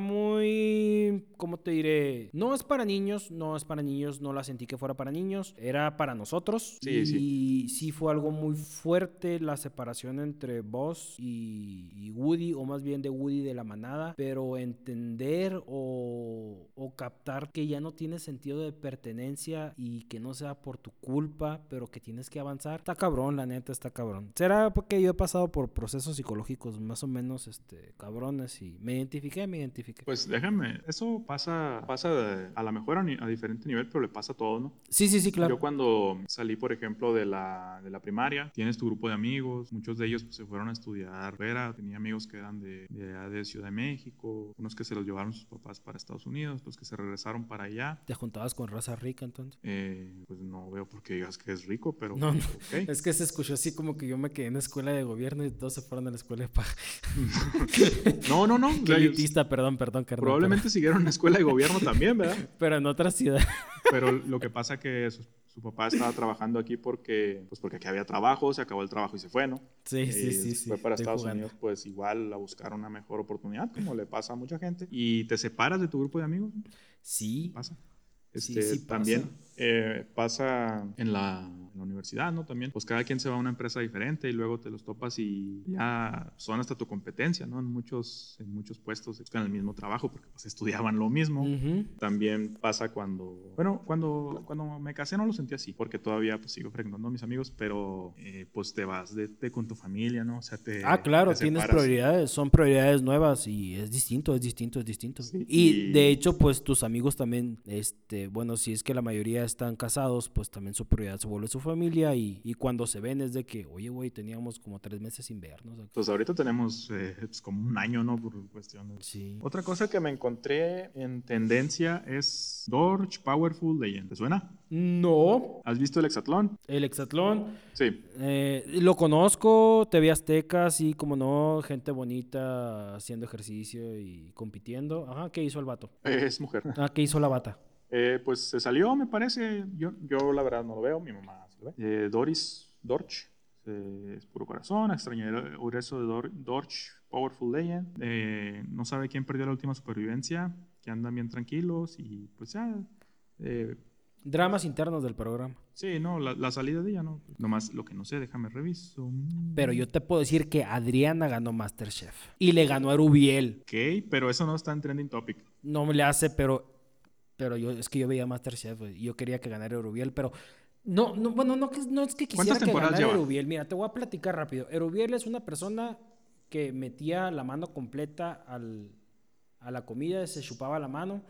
S2: muy, ¿cómo te diré? No es para niños, no es para niños, no la sentí que fuera para niños, era para nosotros.
S1: Sí, sí.
S2: Y sí fue algo muy fuerte la separación entre Buzz y, y Woody, o más bien de Woody de la manada, pero entender o, o captar que ya no tiene sentido de pertenencia y que no sea por tu culpa, pero que tienes que avanzar, está cabrón, la neta, está cabrón. Será porque yo he pasado por procesos psicológicos más o menos este, cabrones y me identifiqué, me identifiqué.
S1: Pues déjame, eso pasa, pasa de- a la mejor a, ni- a diferente nivel, pero le pasa a todos, ¿no?
S2: sí, sí, sí, claro.
S1: Yo cuando salí, por ejemplo, de la, de la primaria, tienes tu grupo de amigos, muchos de ellos pues, se fueron a estudiar fuera, tenía amigos que eran de, de allá de Ciudad de México, unos que se los llevaron sus papás para Estados Unidos, los que se regresaron para allá.
S2: Te juntabas con raza rica entonces.
S1: Eh, pues no veo por qué digas que es rico, pero
S2: No, no.
S1: ok.
S2: Es que se escuchó así como que yo me quedé en la escuela de gobierno y todos se fueron a la escuela de paja.
S1: No, no, no. o
S2: Qué
S1: sea, yo-
S2: elitista, perdón, perdón, carnal.
S1: probablemente siguieron en la escuela de gobierno también, ¿verdad?
S2: Pero, pero en otra ciudad.
S1: Pero lo que pasa que su, su papá estaba trabajando aquí porque, pues porque aquí había trabajo, se acabó el trabajo y se fue, ¿no?
S2: Sí, sí,
S1: Y
S2: sí.
S1: se
S2: sí
S1: Eh, fue para
S2: estoy
S1: Estados
S2: jugando.
S1: Unidos, pues igual a buscar una mejor oportunidad, como le pasa a mucha gente. Y te separas de tu grupo de amigos,
S2: Sí.
S1: pasa.
S2: Sí,
S1: Este,
S2: sí pasa.
S1: También eh, pasa en la, en la universidad, ¿no? También, pues cada quien se va a una empresa diferente y luego te los topas y ya son hasta tu competencia, ¿no? En muchos, en muchos puestos buscan el mismo trabajo porque pues estudiaban lo mismo.
S2: Ujú.
S1: También pasa cuando, bueno, cuando, cuando me casé no lo sentí así, porque todavía pues sigo frecuentando a mis amigos, pero eh, pues te vas de, de con tu familia, ¿no? O sea, te...
S2: Ah, claro,
S1: Eh, te
S2: tienes
S1: separas.
S2: prioridades, son prioridades nuevas y es distinto, es distinto, es distinto.
S1: Sí,
S2: y,
S1: y-
S2: de hecho, pues tus amigos también, este, bueno, si es que la mayoría están casados, pues también su prioridad se vuelve su familia y, y cuando se ven es de que, oye, güey, teníamos como tres meses sin vernos. aquí".
S1: Pues ahorita tenemos eh, pues, como un año, ¿no? Por cuestiones.
S2: Sí.
S1: Otra cosa que me encontré en tendencia es Dorch Powerful Legend. ¿Te suena?
S2: No,
S1: ¿Has visto el hexatlón?
S2: el hexatlón,
S1: Sí.
S2: eh, lo conozco, TV Azteca, sí, como no, gente bonita haciendo ejercicio y compitiendo. Ajá, ¿qué hizo el vato?
S1: Es mujer.
S2: Ah, ¿qué hizo la bata?
S1: Eh, pues se salió, me parece. Yo, yo la verdad no lo veo, mi mamá sí lo ve. Eh, Doris Dorch, eh, es puro corazón, extrañaré Ureso de Dor- Dorch, Powerful Legend. Eh, no sabe quién perdió la última supervivencia, que andan bien tranquilos y pues ya. eh,
S2: Dramas internos del programa.
S1: sí, no, la, la salida de ella, ¿no? Nomás lo que no sé, déjame reviso.
S2: Pero yo te puedo decir que Adriana ganó Masterchef y le ganó a Rubiel.
S1: Ok, pero eso no está en trending topic.
S2: No me le hace, pero, pero yo, es que yo veía Masterchef güey, y yo quería que ganara Rubiel, pero no, no bueno, no, que- no es que quisiera
S1: ¿Cuántas
S2: que
S1: temporadas
S2: ganara
S1: lleva?
S2: Rubiel. Mira, te voy a platicar rápido. Rubiel es una persona que metía la mano completa al, a la comida, se chupaba la mano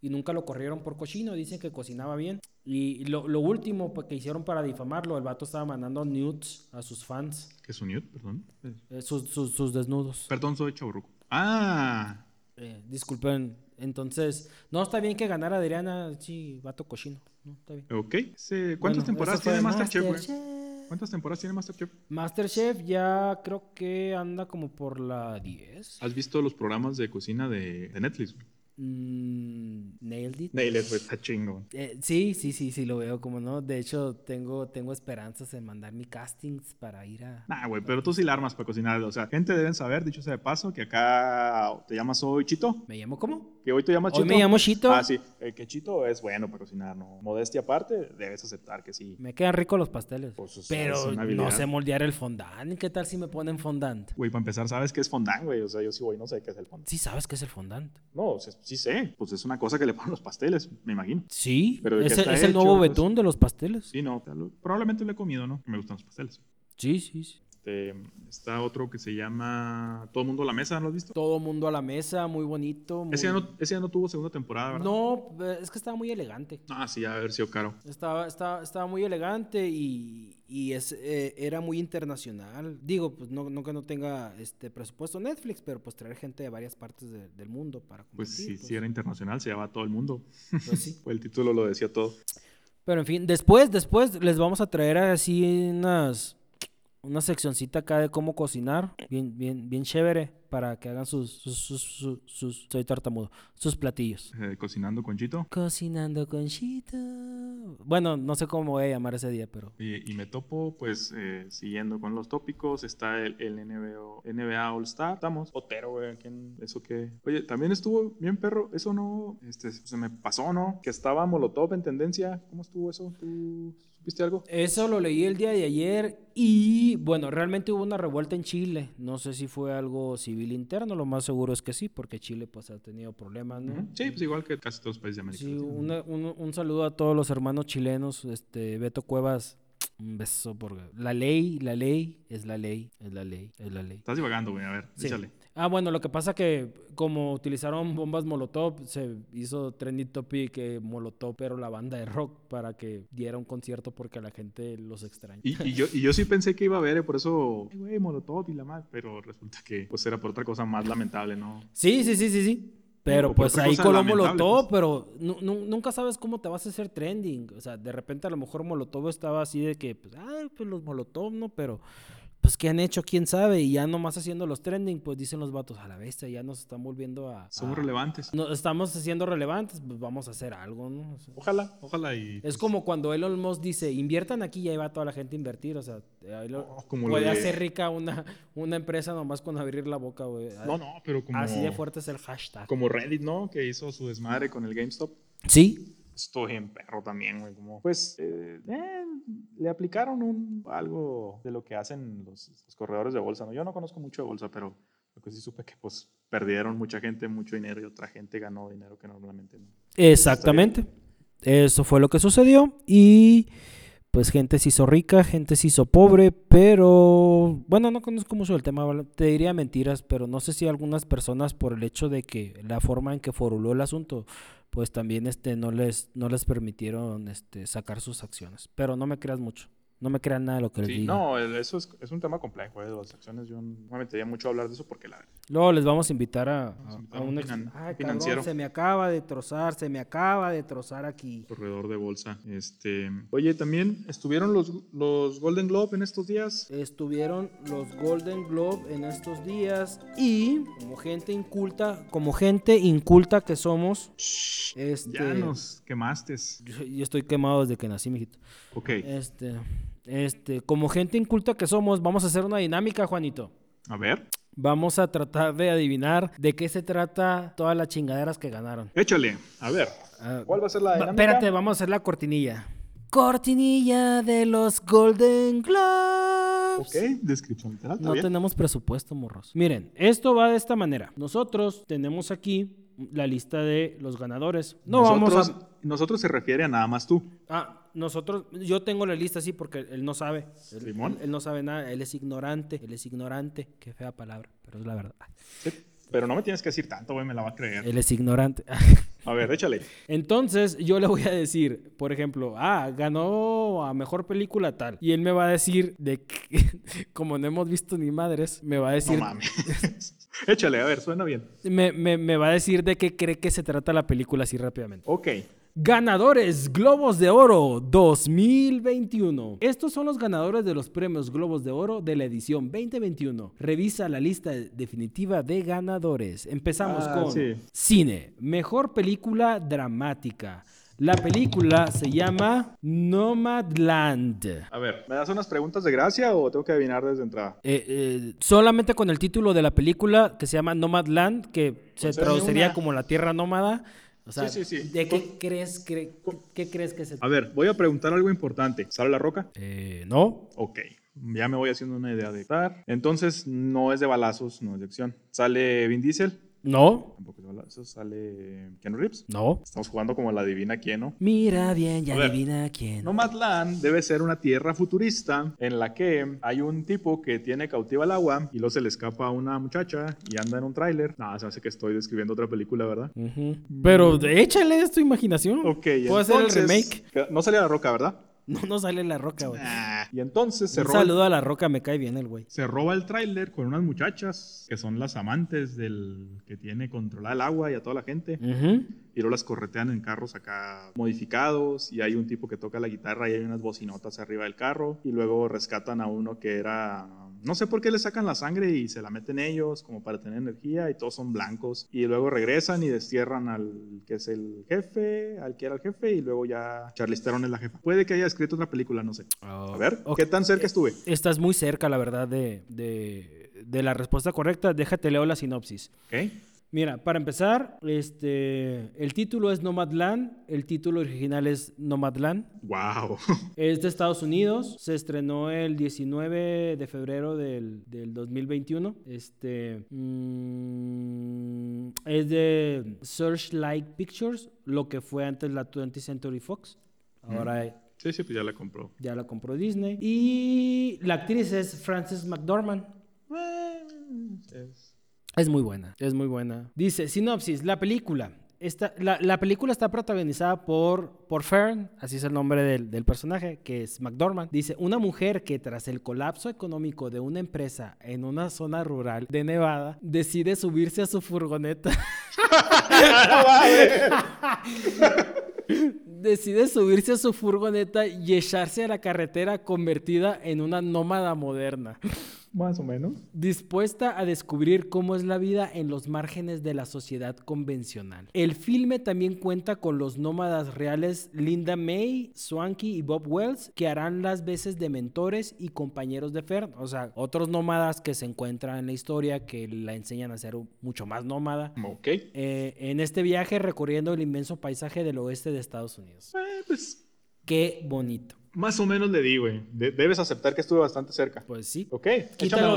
S2: y nunca lo corrieron por cochino. Dicen que cocinaba bien. Y lo, lo último pues, que hicieron para difamarlo, el vato estaba mandando nudes a sus fans,
S1: ¿Qué es un nude? Perdón. Eh,
S2: eh, sus, sus- sus desnudos.
S1: Perdón, soy chaburruco. Ah,
S2: Eh, disculpen. Entonces, no está bien que ganara Adriana, sí, vato cochino. No, está bien.
S1: ok. Sí, ¿Cuántas
S2: Bueno,
S1: temporadas
S2: eso fue
S1: tiene Masterchef, güey?
S2: Masterchef.
S1: ¿Cuántas temporadas tiene Masterchef?
S2: Masterchef ya creo que anda como por la 10.
S1: ¿Has visto los programas de cocina de, de Netflix?
S2: Mm, nailed it.
S1: Nailed, güey, está chingón.
S2: Eh, sí, sí, sí, sí, lo veo como no. De hecho, tengo, tengo esperanzas en mandar mi castings para ir a...
S1: Nah, güey, pero tú sí la armas para cocinar. O sea, gente deben saber, dicho sea de paso, que acá te llamas hoy Chito.
S2: ¿Me llamo cómo?
S1: Que hoy te llamas
S2: Hoy
S1: Chito.
S2: me llamo Chito.
S1: Ah, sí. eh, que Chito es bueno para cocinar, ¿no? Modestia aparte, debes aceptar que sí.
S2: Me quedan ricos los pasteles.
S1: Pues, es- es
S2: pero
S1: una
S2: no
S1: habilidad.
S2: sé moldear el fondant. ¿Qué tal si me ponen fondant?
S1: Güey, para empezar, ¿sabes qué es fondant, güey? O sea, yo sí voy, no sé qué es el fondant.
S2: Sí sabes qué es el fondant.
S1: No, o sea, sí sé. Pues es una cosa que le ponen los pasteles, me imagino.
S2: Sí,
S1: Pero ¿de qué
S2: es,
S1: está
S2: es el
S1: hecho?
S2: nuevo
S1: Pues-
S2: betún de los pasteles.
S1: Sí, no. tal- Probablemente lo he comido, ¿no? Me gustan los pasteles.
S2: Sí, sí, sí.
S1: Este, está otro que se llama Todo el mundo a la mesa, ¿no lo has visto?
S2: Todo mundo a la mesa, muy bonito. muy-
S1: Ese ya, no, ese ya no tuvo segunda temporada, ¿verdad?
S2: No, eh, es que estaba muy elegante.
S1: Ah, sí, ha de haber sido caro.
S2: Estaba, estaba, estaba muy elegante y, y es, eh, era muy internacional. Digo, pues no, no que no tenga este presupuesto Netflix, pero pues traer gente de varias partes de- del mundo para
S1: Pues
S2: competir,
S1: si, si era internacional, se llevaba a todo el mundo.
S2: pues sí.
S1: El título lo decía todo.
S2: Pero en fin, después, después les vamos a traer así unas una seccioncita acá de cómo cocinar, bien, bien, bien chévere, para que hagan sus, sus, sus, sus, sus- soy tartamudo, sus platillos.
S1: Eh, cocinando con Chito.
S2: Cocinando con Chito. Bueno, no sé cómo voy a llamar ese día, pero.
S1: Y, y me topo, pues, eh, siguiendo con los tópicos, está el, el NBA, NBA All Star. Estamos. Otero, güey, ¿quién? ¿Eso qué? Oye, también estuvo bien perro. Eso no, este, se me pasó, ¿no? Que estaba Molotov en tendencia. ¿Cómo estuvo eso? ¿Tú supiste algo?
S2: Eso lo leí el día de ayer y bueno, realmente hubo una revuelta en Chile. No sé si fue algo civil interno, lo más seguro es que sí, porque Chile pues ha tenido problemas, ¿no?
S1: Ujú. Sí, pues igual que casi todos los países de América
S2: Sí,
S1: Latina.
S2: una- un, un saludo a todos los hermanos chilenos. Este, Beto Cuevas, un beso porque la ley, la ley es la ley, es la ley, es la ley.
S1: Estás divagando, güey. A ver,
S2: Sí.
S1: échale.
S2: Ah, bueno, lo que pasa que como utilizaron bombas Molotov, se hizo trending topic eh, Molotov, pero la banda de rock para que diera un concierto porque la gente los extraña.
S1: Y, y yo, y yo sí pensé que iba a haber, eh, por eso, "Ay, güey, Molotov y la madre, pero resulta que pues era por otra cosa más lamentable, ¿no?
S2: Sí, sí, sí, sí, sí. Pero
S1: por
S2: pues
S1: otra
S2: ahí
S1: cosa
S2: coló
S1: lamentable, pues.
S2: Molotov, pero nu- nu- nunca sabes cómo te vas a hacer trending. O sea, de repente a lo mejor Molotov estaba así de que, pues, ay, pues los Molotov, ¿no? Pero, pues, ¿qué han hecho? ¿Quién sabe? Y ya nomás haciendo los trending, pues dicen los vatos, a la bestia, ya nos están volviendo a...
S1: Somos
S2: a-
S1: relevantes.
S2: no, estamos haciendo relevantes, pues vamos a hacer algo, ¿no? O sea,
S1: Ojalá, ojalá y... pues,
S2: es como cuando Elon Musk dice, inviertan aquí y ahí va toda la gente a invertir. O sea, Elon-
S1: Oh, como lo
S2: puede
S1: de-
S2: hacer rica una, una empresa nomás con abrir la boca, güey.
S1: No, no, pero como...
S2: Así de fuerte es el hashtag.
S1: Como Reddit, ¿no? Que hizo su desmadre con el GameStop.
S2: Sí,
S1: Estoy en perro también, güey. Como, pues, eh, eh, le aplicaron un, algo de lo que hacen los, los corredores de bolsa, ¿no? Yo no conozco mucho de bolsa, pero lo que sí supe que, pues, perdieron mucha gente, mucho dinero y otra gente ganó dinero que normalmente no.
S2: exactamente. Eso fue lo que sucedió y pues gente se hizo rica, gente se hizo pobre, pero bueno, no conozco mucho del tema, ¿vale? te diría mentiras, pero no sé si algunas personas por el hecho de que la forma en que formuló el asunto pues también este, no, les, no les permitieron este, sacar sus acciones. Pero no me creas mucho. No me crean nada de lo que les
S1: Sí,
S2: digo.
S1: no, el- eso es, es un tema complejo, eh, de las acciones. Yo no me metería mucho a hablar de eso porque la
S2: Luego les vamos a invitar a,
S1: Vamos a
S2: a-
S1: invitar
S2: a
S1: a un
S2: un ex-
S1: finan-
S2: Ay, cabrón,
S1: financiero.
S2: se me acaba de trozar, se me acaba de trozar aquí.
S1: corredor de bolsa. Este, oye, también estuvieron los, los Golden Globe en estos días.
S2: Estuvieron los Golden Globe en estos días y como gente inculta, como gente inculta que somos, este,
S1: Ya nos quemaste.
S2: yo, yo estoy quemado desde que nací, mijito.
S1: Ok,
S2: Este, este, como gente inculta que somos, vamos a hacer una dinámica, Juanito.
S1: a ver,
S2: Vamos a tratar de adivinar de qué se trata todas las chingaderas que ganaron.
S1: échale, a ver.
S2: Ah,
S1: ¿Cuál va a ser la
S2: Va-
S1: dinámica?
S2: Espérate, vamos a hacer la cortinilla. Cortinilla de los Golden Globes.
S1: Ok, descripción literal, está
S2: No
S1: bien.
S2: tenemos presupuesto, morros. Miren, esto va de esta manera. Nosotros tenemos aquí la lista de los ganadores. No vamos a...
S1: Nosotros- Nosotros se refiere a nada más tú.
S2: Ah, nosotros, yo tengo la lista así porque él no sabe. Él,
S1: Simón.
S2: él- él no sabe nada, él es ignorante, él es ignorante. Qué fea palabra, pero es la verdad.
S1: Sí, Pero no me tienes que decir tanto, güey, me la va a creer.
S2: Él es ignorante.
S1: A ver, échale.
S2: Entonces yo le voy a decir, por ejemplo, ah, ganó a mejor película tal. Y él me va a decir de que, como no hemos visto ni madres, me va a
S1: No
S2: decir,
S1: mames. échale, a ver, suena bien.
S2: me, me- me va a decir de qué cree que se trata la película así rápidamente.
S1: Ok.
S2: Ganadores Globos de Oro 2021. Estos son los ganadores de los premios Globos de Oro de la edición 2021. Revisa la lista definitiva de ganadores. Empezamos
S1: Ah,
S2: con
S1: sí.
S2: Cine, mejor película dramática. La película se llama Nomadland.
S1: A ver, ¿me das unas preguntas de gracia o tengo que adivinar desde entrada?
S2: Eh, eh, solamente con el título de la película que se llama Nomadland, que se
S1: Concédeme
S2: traduciría
S1: Pues, una.
S2: como la tierra nómada. O sea,
S1: Sí, sí, sí.
S2: ¿de qué crees, cre- qué crees que se
S1: A ver, voy a preguntar algo importante. ¿Sale la roca?
S2: Eh, no.
S1: Ok. Ya me voy haciendo una idea de estar. Entonces, no es de balazos, no es de acción. ¿Sale Vin Diesel?
S2: No.
S1: Tampoco es de balazos. ¿Sale Keanu Reeves?
S2: No.
S1: Estamos jugando como la divina quién, ¿no?
S2: Mira bien y
S1: A ver.
S2: adivina quién.
S1: Nomadland debe ser una tierra futurista en la que hay un tipo que tiene cautiva el agua y luego se le escapa a una muchacha y anda en un tráiler. Nada, se me hace que estoy describiendo otra película, ¿verdad?
S2: Ujú. Pero échale es tu imaginación.
S1: Mm. Ok,
S2: Puedo hacer el
S1: entonces-
S2: remake.
S1: No salía la roca, ¿verdad?
S2: No, no sale la roca, güey.
S1: Y entonces se
S2: Un
S1: roba,
S2: saludo a la roca, me cae bien el güey.
S1: se roba el tráiler con unas muchachas que son las amantes del que tiene controlada el agua y a toda la gente.
S2: Ujú.
S1: Y luego las corretean en carros acá modificados y hay un tipo que toca la guitarra y hay unas bocinotas arriba del carro y luego rescatan a uno que era... No sé por qué le sacan la sangre y se la meten ellos como para tener energía y todos son blancos. Y luego regresan y destierran al que es el jefe, al que era el jefe y luego ya Charlize Theron es la jefa. Puede que haya escrito otra película, no sé. A ver,
S2: Ok.
S1: ¿qué tan cerca estuve?
S2: Estás muy cerca, la verdad, de, de- de la respuesta correcta. Déjate leo la sinopsis.
S1: Ok.
S2: Mira, para empezar, este, el título es Nomadland. El título original es Nomadland.
S1: Wow.
S2: Es de Estados Unidos, se estrenó el 19 de febrero del, del 2021. Este mm, es de Searchlight Pictures, lo que fue antes la 20th Century Fox. Ahora
S1: Sí, sí, pues ya la compró.
S2: ya la compró Disney. Y la actriz es Frances McDormand. Es muy buena, es muy buena. Dice, sinopsis, la película. Está, la, la película está protagonizada por, por Fern, así es el nombre del, del personaje, que es McDormand. Dice, una mujer que tras el colapso económico de una empresa en una zona rural de Nevada, decide subirse a su furgoneta. decide subirse a su furgoneta y echarse a la carretera convertida en una nómada moderna
S1: Más o menos.
S2: dispuesta a descubrir cómo es la vida en los márgenes de la sociedad convencional. El filme también cuenta con los nómadas reales Linda May, Swanky y Bob Wells, que harán las veces de mentores y compañeros de Fern, o sea, otros nómadas que se encuentran en la historia, que la enseñan a ser un- mucho más nómada.
S1: Ok. Eh,
S2: eh, en este viaje recorriendo el inmenso paisaje del oeste de Estados Unidos.
S1: pues
S2: Qué bonito.
S1: más o menos le di, güey. De- debes aceptar que estuve bastante cerca.
S2: Pues sí.
S1: Ok.
S2: Quítalo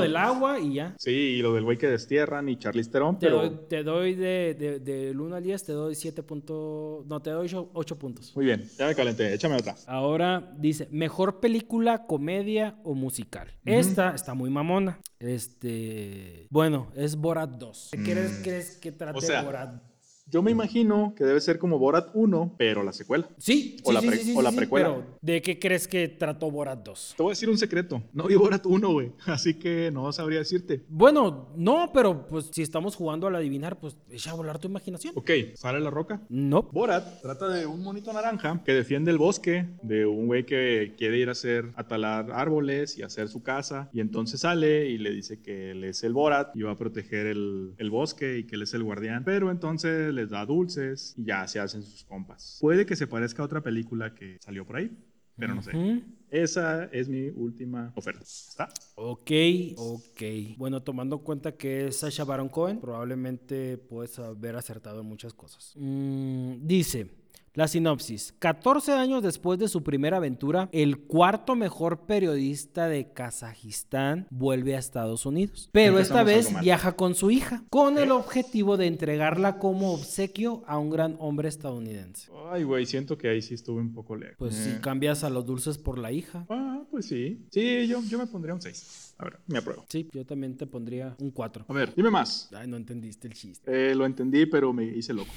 S1: échamelo.
S2: del agua y ya.
S1: Sí, y lo del güey que destierran y Charlize Theron,
S2: Te
S1: pero...
S2: doy, te doy de, de, del 1 al 10, te doy 7 puntos. No, te doy 8 puntos.
S1: Muy bien, ya me calenté. Échame otra.
S2: Ahora dice, mejor película, comedia o musical. Esta está muy mamona. Este, bueno, es Borat 2. ¿Qué ¿Crees, crees que trate
S1: O sea,
S2: Borat?
S1: Yo me imagino que debe ser como Borat 1, pero la secuela.
S3: Sí,
S1: O
S3: sí,
S1: la
S3: sí,
S1: pre-
S3: sí, sí,
S1: o la
S3: sí,
S1: precuela.
S3: Pero, ¿de qué crees que trató Borat 2?
S1: Te voy a decir un secreto. No vi Borat 1, güey. Así que no sabría decirte.
S2: Bueno, no, pero pues si estamos jugando al adivinar, pues echa a volar tu imaginación.
S1: Ok, sale la roca.
S2: No.
S1: Borat trata de un monito naranja que defiende el bosque de un güey que quiere ir a hacer a talar árboles y hacer su casa y entonces sale y le dice que él es el Borat y va a proteger el, el bosque y que él es el guardián pero entonces les da dulces y ya se hacen sus compas puede que se parezca a otra película que salió por ahí pero no sé
S2: Ujú.
S1: esa es mi última oferta ¿está?
S2: Ok, ok. Bueno, tomando en cuenta que es Sasha Baron Cohen, probablemente puedes haber acertado en muchas cosas. Mm, dice. La sinopsis. 14 años después de su primera aventura, el cuarto mejor periodista de Kazajistán vuelve a Estados Unidos. Pero
S1: Empezamos
S2: esta
S1: algo
S2: vez
S1: mal. ¿Eh?
S2: viaja con su hija, con el objetivo de entregarla como obsequio a un gran hombre estadounidense.
S1: ay güey siento que ahí sí estuve un poco lejos
S2: Pues
S1: Eh,
S2: si cambias a los dulces por la hija.
S1: ah pues sí sí yo, yo me pondría un 6 a ver me apruebo
S2: Sí, yo también te pondría un 4.
S1: a ver dime más
S2: Ay, no entendiste el chiste.
S1: Eh, lo entendí, pero me hice loco.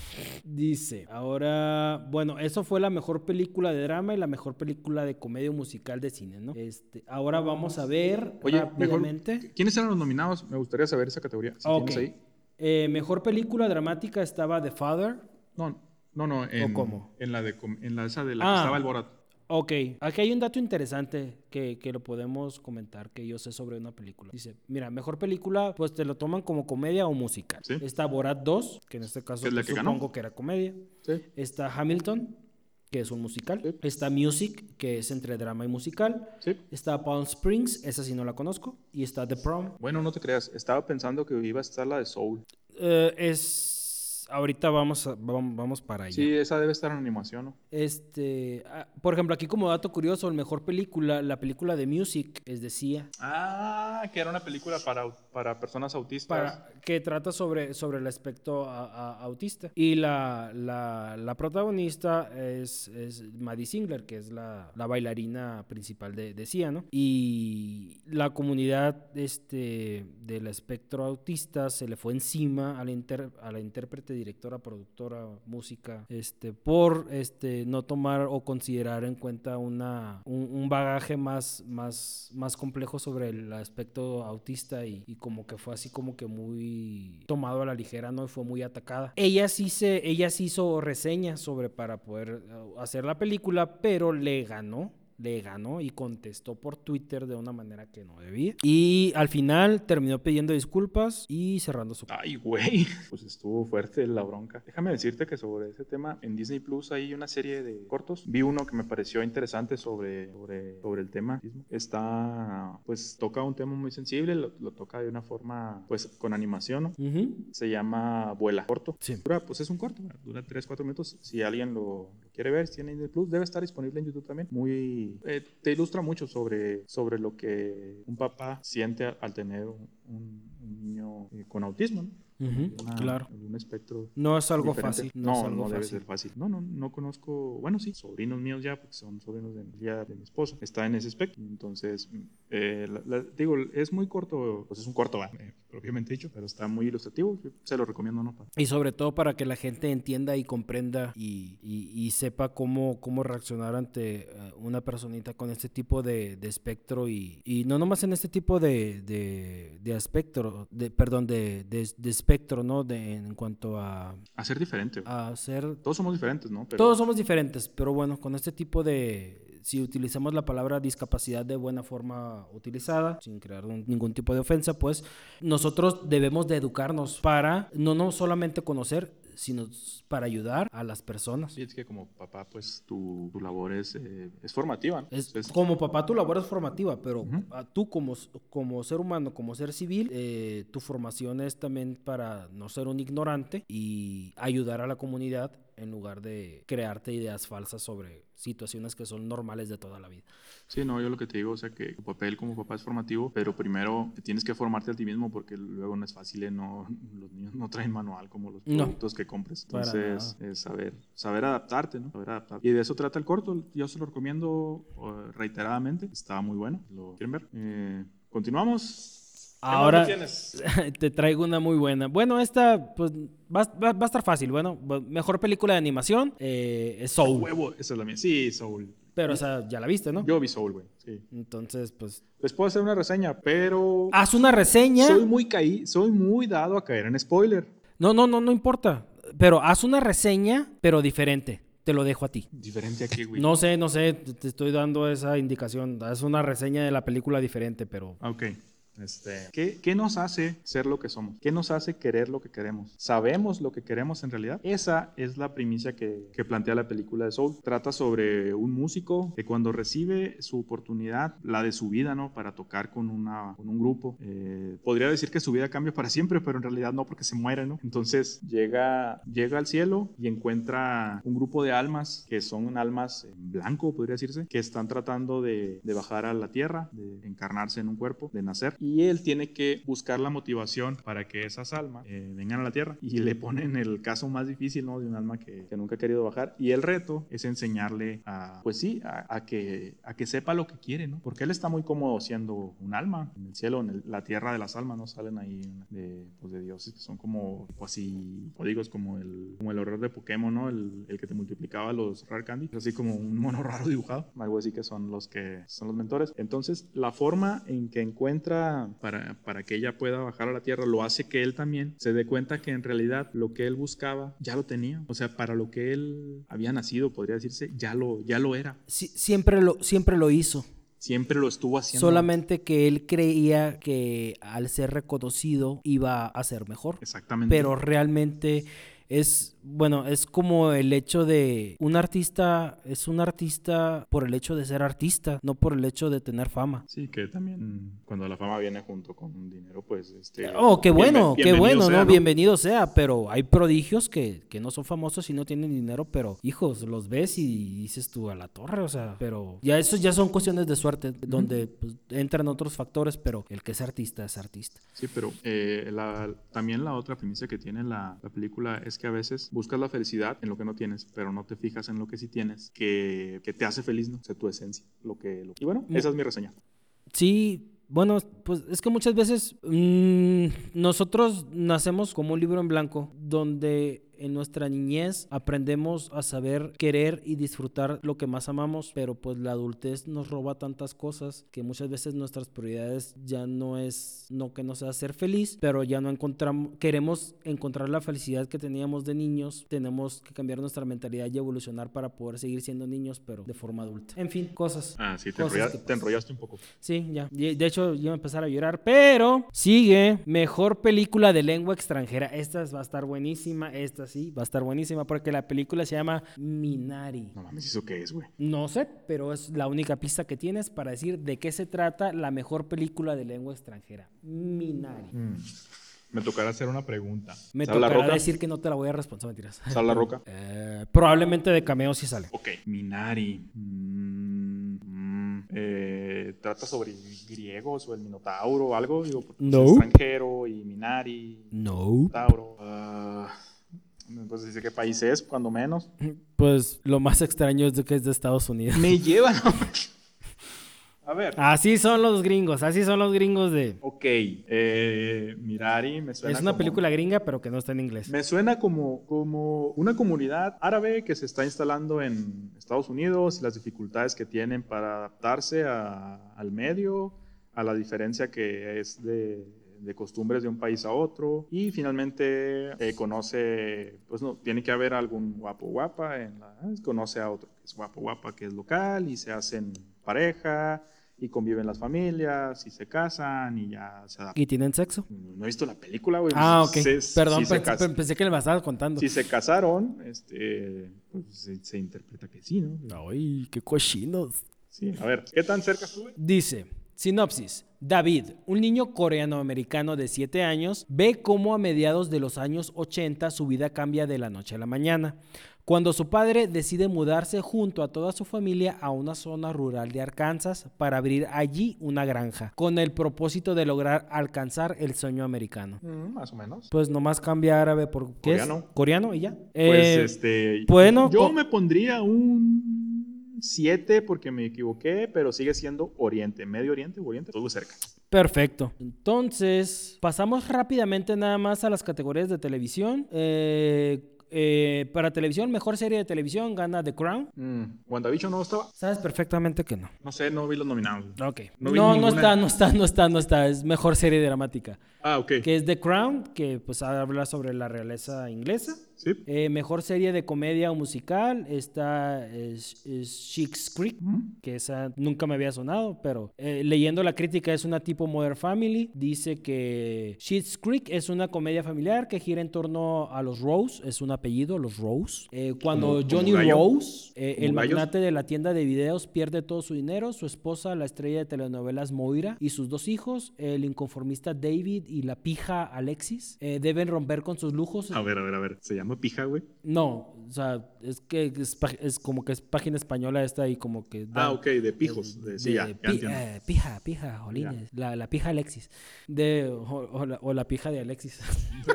S2: Dice, ahora, bueno, eso fue la mejor película de drama y la mejor película de comedia musical de cine, ¿no? Este, ahora vamos a ver
S1: Ah, Oye, mejor,
S2: rápidamente.
S1: ¿quiénes eran los nominados? Me gustaría saber esa categoría. Si
S2: Ok.
S1: tienes ahí.
S2: Eh, mejor película dramática estaba The Father.
S1: No, no, no. En,
S2: ¿O cómo?
S1: En la de, com- en la esa de la
S2: Ah.
S1: que estaba el Borat.
S2: Ok, aquí hay un dato interesante que, que lo podemos comentar, que yo sé sobre una película. Dice, mira, mejor película, pues te lo toman como comedia o musical.
S1: Sí.
S2: Está Borat 2, que en este caso
S1: Que es la
S2: pues,
S1: que ganó.
S2: supongo que era comedia.
S1: Sí.
S2: Está Hamilton, que es un musical.
S1: Sí.
S2: Está Music, que es entre drama y musical.
S1: Sí.
S2: Está Palm Springs, esa sí no la conozco. Y está The Prom.
S1: Bueno, no te creas. Estaba pensando que iba a estar la de Soul.
S2: Eh, es. Ahorita vamos, a- vam- vamos para allá.
S1: Sí, esa debe estar en animación, ¿no?
S2: Este, ah, por ejemplo, aquí como dato curioso, la mejor película, la película de Music es de Sia,
S1: Ah, que era una película para, para personas autistas.
S2: para, que trata sobre, sobre el aspecto a- a- autista. Y la, la- la protagonista es, es Maddie Singler, que es la, la bailarina principal de, de Sia, ¿no? Y la comunidad este, del espectro autista se le fue encima a la, inter- a la intérprete, directora, productora, música, este, por este, no tomar o considerar en cuenta una, un, un bagaje más, más, más complejo sobre el aspecto autista y, y como que fue así como que muy tomado a la ligera, ¿no? Y fue muy atacada. Ella sí, se, ella sí hizo reseñas sobre para poder eh, hacer la película, pero le ganó le ganó y contestó por Twitter de una manera que no debía. Y al final terminó pidiendo disculpas y cerrando su...
S1: Ay, güey. Pues estuvo fuerte la bronca. Déjame decirte que sobre ese tema, en Disney Plus hay una serie de cortos. Vi uno que me pareció interesante sobre, sobre, sobre el tema. Está, pues toca un tema muy sensible, lo, lo toca de una forma, pues con animación, ¿no?
S2: Ujú.
S1: Se llama Vuela, corto.
S2: Sí.
S1: Dura, pues es un corto, dura 3, 4 minutos. Si alguien lo, lo quiere ver, si tiene Disney Plus, debe estar disponible en YouTube también. Muy, eh, te ilustra mucho sobre, sobre lo que un papá siente al tener un, un- un niño eh, con autismo, ¿no?
S2: Ujú,
S1: una-
S2: Claro.
S1: en un espectro.
S2: No es algo
S1: Ah. diferente.
S2: fácil. No,
S1: No,
S2: es algo
S1: no debe
S2: fácil.
S1: ser fácil. No, no, no conozco. Bueno, sí, sobrinos míos ya, porque son sobrinos de, mi- ya de mi esposa. Está en ese espectro. Entonces, mm, eh, la- la- digo, es muy corto, pues es un corto, va, eh, propiamente dicho, pero está muy ilustrativo. Yo se lo recomiendo, ¿no? Pa-
S2: Y sobre todo para que la gente entienda y comprenda y, y- y sepa cómo, cómo reaccionar ante eh, una personita con este tipo de, de espectro y, y no nomás en este tipo de, de, de espectro, de, perdón, de, de- de espectro, ¿no? De, en cuanto a,
S1: A ser diferente. güey.
S2: a ser...
S1: Todos somos diferentes, ¿no? Pero,
S2: Todos somos diferentes, pero bueno, con este tipo de... Si utilizamos la palabra discapacidad de buena forma utilizada, sin crear un- ningún tipo de ofensa, pues nosotros debemos de educarnos para no, no solamente conocer, sino para ayudar a las personas.
S1: Sí, es que como papá, pues tu, tu labor es, eh, es formativa, ¿no?
S2: Es,
S1: Es-
S2: como papá, tu labor es formativa, pero
S1: Ujú.
S2: a tú como, s- como ser humano, como ser civil, eh, tu formación es también para no ser un ignorante y ayudar a la comunidad en lugar de crearte ideas falsas sobre situaciones que son normales de toda la vida.
S1: Sí, no, yo lo que te digo, o sea, que tu papel como papá es formativo, pero primero tienes que formarte a ti mismo porque luego no es fácil, eh, no, los niños no traen manual como los
S2: No.
S1: productos que compres.
S2: Para
S1: Entonces, es saber, saber adaptarte, ¿no? Saber adaptar. Y de eso trata el corto, yo se lo recomiendo eh, reiteradamente, está muy bueno, lo quieren ver. Eh, Continuamos.
S2: Ahora
S4: ¿Qué más nos tienes?
S2: te traigo una muy buena. Bueno, esta pues va, va- va a estar fácil. Bueno, va- mejor película de animación eh, es
S1: A
S2: Soul.
S1: Ah, Huevo, esa es la mía. Sí, Soul.
S2: Pero o sea, ya la viste, ¿no?
S1: Yo vi Soul, güey. Sí.
S2: Entonces, pues
S1: Les puedo hacer una reseña, pero
S2: haz una reseña.
S1: soy muy caí, soy muy dado a caer en spoiler.
S2: No, no, no, no importa. Pero haz una reseña, pero diferente. Te lo dejo a ti.
S1: Diferente aquí, güey.
S2: No sé, no sé, te te estoy dando esa indicación. Haz una reseña de la película diferente, pero
S1: Ok. Este, ¿qué, qué nos hace ser lo que somos? ¿Qué nos hace querer lo que queremos? ¿Sabemos lo que queremos en realidad? Esa es la primicia que, que plantea la película de Soul. Trata sobre un músico que cuando recibe su oportunidad, la de su vida, ¿no? Para tocar con, una, con un grupo, eh, podría decir que su vida cambia para siempre, pero en realidad no porque se muere, ¿no? Entonces llega, llega al cielo y encuentra un grupo de almas que son almas en blanco, podría decirse, que están tratando de, de bajar a la tierra, de encarnarse en un cuerpo, de nacer. Y él tiene que buscar la motivación para que esas almas eh, vengan a la tierra y le ponen el caso más difícil, ¿no? De un alma que, que nunca ha querido bajar. Y el reto es enseñarle a, pues sí, a, a que, a que sepa lo que quiere, ¿no? Porque él está muy cómodo siendo un alma en el cielo, en el- la tierra de las almas, ¿no? Salen ahí de, pues, de dioses que son como, o así, códigos como el, como el horror de Pokémon, ¿no? El, el que te multiplicaba los Rare Candy, así como un mono raro dibujado, algo así que son los que son los mentores. Entonces, la forma en que encuentra para, para que ella pueda bajar a la tierra lo hace que él también se dé cuenta que en realidad lo que él buscaba ya lo tenía, o sea, para lo que él había nacido, podría decirse, ya lo, ya lo era,
S2: sí- siempre, lo, siempre lo hizo.
S1: siempre lo estuvo haciendo.
S2: Solamente que él creía que al ser reconocido iba a ser mejor.
S1: Exactamente.
S2: Pero realmente es, bueno, es como el hecho de un artista, es un artista por el hecho de ser artista, no por el hecho de tener fama.
S1: Sí, que también cuando la fama viene junto con dinero, pues este.
S2: Oh, qué bueno,
S1: bienve-
S2: qué
S1: bienvenido
S2: bueno,
S1: sea,
S2: ¿no? Bienvenido sea, pero hay prodigios que, que no son famosos y no tienen dinero, pero hijos, los ves y dices tú a la torre, o sea, pero ya eso ya son cuestiones de suerte, donde pues, entran otros factores, pero el que es artista es artista.
S1: Sí, pero eh, la- también la otra premisa que tiene la, la película es que a veces buscas la felicidad en lo que no tienes, pero no te fijas en lo que sí tienes, que, que te hace feliz, ¿no? O sea, tu esencia, lo que... Lo... Y bueno,
S2: Mu-
S1: esa es mi reseña.
S2: Sí, bueno, pues es que muchas veces mm, nosotros nacemos como un libro en blanco donde en nuestra niñez aprendemos a saber querer y disfrutar lo que más amamos, pero pues la adultez nos roba tantas cosas que muchas veces nuestras prioridades ya no es no que nos haga ser feliz, pero ya no encontramos queremos encontrar la felicidad que teníamos de niños, tenemos que cambiar nuestra mentalidad y evolucionar para poder seguir siendo niños pero de forma adulta. En fin, cosas.
S1: Ah, sí, te,
S2: Cosas
S1: enrolla-
S2: que
S1: te enrollaste un poco.
S2: Sí, ya. Y De hecho, yo iba a empezar a llorar. Pero sigue mejor película de lengua extranjera. Esta va a estar buenísima. Esta sí, va a estar buenísima porque la película se llama Minari.
S1: No mames, ¿eso qué es, güey?
S2: No sé, pero es la única pista que tienes para decir de qué se trata la mejor película de lengua extranjera. Minari.
S1: Mm. Me tocará hacer una pregunta.
S2: Me
S1: ¿Sale la
S2: tocará
S1: roca?
S2: decir que no te la voy a responder, mentiras.
S1: ¿Sale la roca?
S2: Eh, probablemente de cameo sí sale.
S1: Ok. Minari. Mm, mm, eh, trata sobre griegos o el minotauro o algo, digo, porque es
S2: No.
S1: extranjero y Minari.
S2: No.
S1: Tauro. Ah, pues dice qué país es, cuando menos.
S2: Pues lo más extraño es de que es de Estados Unidos.
S1: Me llevan. A ver.
S2: Así son los gringos, así son los gringos de...
S1: Ok. eh, Mirari me suena.
S2: Es una
S1: como-
S2: película gringa, pero que no está en inglés.
S1: Me suena como, como una comunidad árabe que se está instalando en Estados Unidos y las dificultades que tienen para adaptarse a- al medio, a la diferencia que es de, de costumbres de un país a otro. Y finalmente eh, conoce, pues no, tiene que haber algún guapo guapa, en la- ah, conoce a otro que es guapo guapa, que es local y se hacen pareja y conviven las familias y se casan y ya se adaptan.
S2: ¿Y tienen sexo?
S1: No he visto la película, güey.
S2: Ah, ok.
S1: Se- Pues
S2: Perdón,
S1: sí se
S2: pensé,
S1: casan.
S2: pensé que me la estabas contando.
S1: Si se casaron, este, pues, se, se interpreta que sí, ¿no?
S2: Ay, qué cochinos.
S1: Sí, a ver, ¿qué tan cerca estuve?
S2: Dice, sinopsis. David, un niño coreano-americano de 7 años, ve cómo a mediados de los años 80 su vida cambia de la noche a la mañana, cuando su padre decide mudarse junto a toda su familia a una zona rural de Arkansas para abrir allí una granja, con el propósito de lograr alcanzar el sueño americano.
S1: Mm, más o menos.
S2: Pues nomás cambia árabe por ¿qué es?
S1: Coreano.
S2: Coreano y ya.
S1: Pues,
S2: Eh,
S1: este,
S2: bueno,
S1: yo
S2: co-
S1: me pondría un 7 porque me equivoqué, pero sigue siendo Oriente, Medio Oriente o Oriente, estuve cerca.
S2: Perfecto. Entonces, pasamos rápidamente nada más a las categorías de televisión. Eh, eh, para televisión, mejor serie de televisión gana The Crown.
S1: Mm, ¿WandaVision no estaba?
S2: Sabes perfectamente que no.
S1: No sé, no vi los nominados.
S2: Ok.
S1: No
S2: No,
S1: vi
S2: no,
S1: ninguna.
S2: está, no está, no está, no está. Es mejor serie dramática.
S1: Ah, ok.
S2: Que es The Crown, que pues habla sobre la realeza inglesa.
S1: Sí.
S2: Eh, mejor serie de comedia o musical está eh, es, es Schitt's Creek, que esa nunca me había sonado, pero eh, leyendo la crítica es una tipo Modern Family. Dice que Schitt's Creek es una comedia familiar que gira en torno a los Rose, es un apellido, los Rose. Eh, cuando
S1: como
S2: Johnny
S1: gallo.
S2: Rose, eh,
S1: Como gallos.
S2: el magnate de la tienda de videos, pierde todo su dinero, su esposa, la estrella de telenovelas Moira y sus dos hijos, el inconformista David y la pija Alexis, eh, deben romper con sus lujos
S1: A ver, a ver, a ver. Se llama Pija, güey.
S2: no, o sea, es que es, pa- es como que es página española esta y como que... da-
S1: Ah, ok, de pijos.
S2: de-
S1: de- sí, ya,
S2: de
S1: ya
S2: pi-
S1: entiendo.
S2: eh, pija, pija, jolines. La, la pija Alexis. De, o, o la, o la pija de Alexis.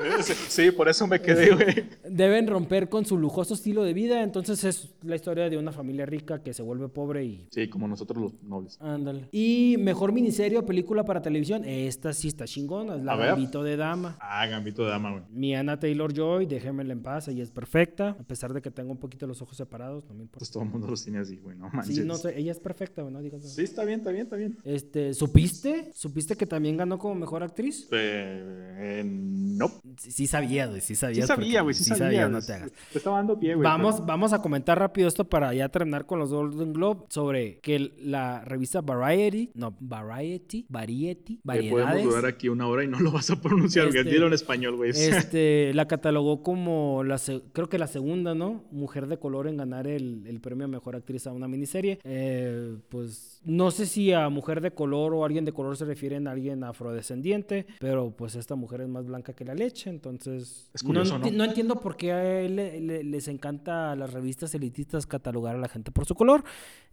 S1: sí, por eso me quedé, güey.
S2: Deben romper con su lujoso estilo de vida, entonces es la historia de una familia rica que se vuelve pobre y...
S1: Sí, como nosotros los nobles.
S2: Ándale. Y mejor miniserie o película para televisión, esta sí está chingona, es
S1: A
S2: La
S1: ver.
S2: Gambito de Dama.
S1: Ah, Gambito de Dama, güey.
S2: Mi Ana Taylor Joy, déjenmela en paz, ella es perfecta, a pesar de que tengo un poquito los ojos separados, no me importa.
S1: Pues todo el mundo los tiene así, güey. No manches.
S2: Sí, no sé, ella es perfecta, güey, no digas nada.
S1: Sí, está bien, está bien, está bien.
S2: Este, ¿supiste? ¿Supiste que también ganó como mejor actriz?
S1: Este, Eh, eh, no.
S2: Sí, sí sabía, güey, sí sabía.
S1: Sí sabía, güey, sí, sabía.
S2: no
S1: güey.
S2: te hagas.
S1: Te estaba dando pie, güey.
S2: Vamos, vamos a comentar rápido esto para ya terminar con los Golden Globe sobre que la revista Variety, no, Variety, Variety,
S1: pero, eh, podemos
S2: Variedades,
S1: durar aquí una hora y no lo vas a pronunciar, güey.
S2: Este,
S1: Dilo en español, güey.
S2: este, la catalogó como la, se- creo que la segunda, ¿no? Mujer de color en ganar el, el premio a mejor actriz a una miniserie. Eh, pues no sé si a mujer de color o alguien de color se refieren a alguien afrodescendiente, pero pues esta mujer es más blanca que la leche, entonces.
S1: Es curioso,
S2: enti-
S1: ¿no?
S2: entiendo por qué a él le- le- les encanta a las revistas elitistas catalogar a la gente por su color.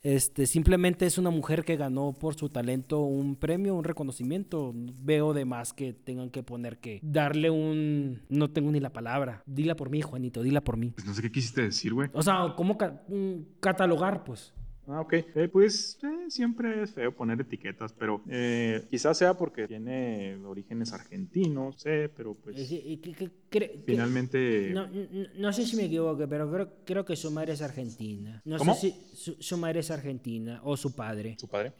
S2: Este, simplemente es una mujer que ganó por su talento un premio, un reconocimiento. Veo de más que tengan que poner que darle un... No tengo ni la palabra. Dila por mí, Juanito, dila por mí.
S1: Pues no sé qué quisiste decir, güey.
S2: O sea, ¿cómo ca- mm, catalogar, pues?
S1: Ah, ok. Eh, pues eh, siempre es feo poner etiquetas, pero eh, quizás sea porque tiene orígenes argentinos, sé, pero pues
S2: Eh, eh, que- que- cre- que-
S1: finalmente...
S2: No, no- no sé si me equivoco, pero creo, creo que su madre es argentina. No
S1: ¿Cómo?
S2: sé si su, su madre es argentina o su padre.
S1: Su padre.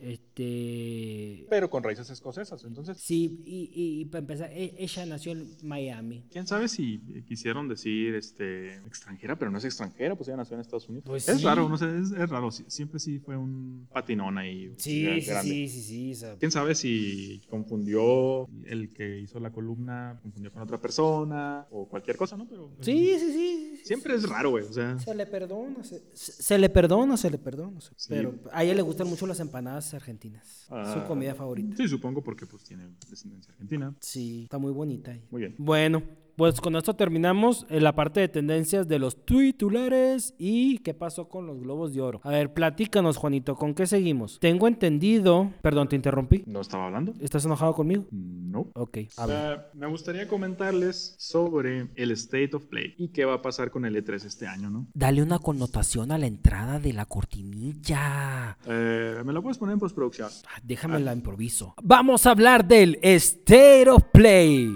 S2: Este...
S1: Pero con raíces escocesas, entonces...
S2: Sí, y, y- y para empezar, e- ella nació en Miami.
S1: ¿Quién sabe si eh, quisieron decir este, extranjera, pero no es extranjera, pues ella nació en Estados Unidos?
S2: Pues
S1: es
S2: sí.
S1: raro, no sé, es, es raro. sí, Siempre sí fue un patinón ahí. gran-
S2: Sí, sí,
S1: grande.
S2: sí, sí, sí. o sea,
S1: ¿Quién sabe si confundió el que hizo la columna, confundió con otra persona o cualquier cosa, ¿no? Pero,
S2: Sí, sí, sí.
S1: Siempre es raro, güey. O sea,
S2: Se le perdona, se, se- se le perdona, se le perdona. se-
S1: Sí.
S2: Pero a ella le gustan mucho las empanadas argentinas. Es
S1: Ah.
S2: su comida favorita.
S1: sí, supongo porque pues tiene descendencia argentina.
S2: Sí, está muy bonita. ella.
S1: Muy bien.
S2: Bueno, pues con esto terminamos eh, la parte de tendencias de los titulares y qué pasó con los globos de oro. A ver, platícanos, Juanito, ¿con qué seguimos? Tengo entendido. Perdón, te interrumpí.
S1: ¿No estaba hablando?
S2: ¿Estás enojado conmigo?
S1: No.
S2: Ok, a ver.
S1: Eh, me gustaría comentarles sobre el State of Play y qué va a pasar con el E3 este año, ¿no?
S2: Dale una connotación a la entrada de la cortinilla.
S1: Eh, me lo puedes poner en postproducción.
S2: Ah, Déjame la improviso. Vamos a hablar del State of Play.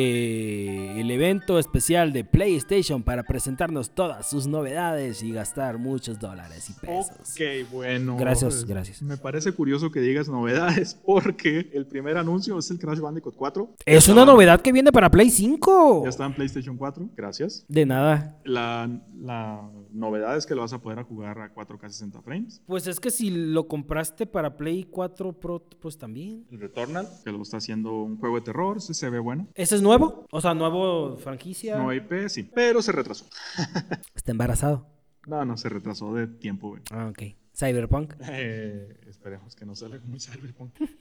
S2: eh, el evento especial de PlayStation para presentarnos todas sus novedades y gastar muchos dólares y pesos.
S1: Ok, bueno.
S2: Gracias,
S1: Eh,
S2: gracias.
S1: Me parece curioso que digas novedades porque el primer anuncio es el Crash Bandicoot 4.
S2: Es una
S1: Estaba-
S2: novedad que viene para Play 5.
S1: Ya está en PlayStation 4. Gracias.
S2: De nada.
S1: La, la novedad es que lo vas a poder jugar a 4K 60 frames.
S2: Pues es que si lo compraste para Play 4 Pro, pues también.
S1: El Returnal, que lo está haciendo un juego de terror, sí se ve bueno.
S2: ¿Ese es nuevo? O sea, nuevo franquicia.
S1: No IP, sí. Pero se retrasó.
S2: Está embarazado.
S1: No, no, se retrasó de tiempo, güey.
S2: Ah, ok. Cyberpunk.
S1: Eh, esperemos que no salga como Cyberpunk.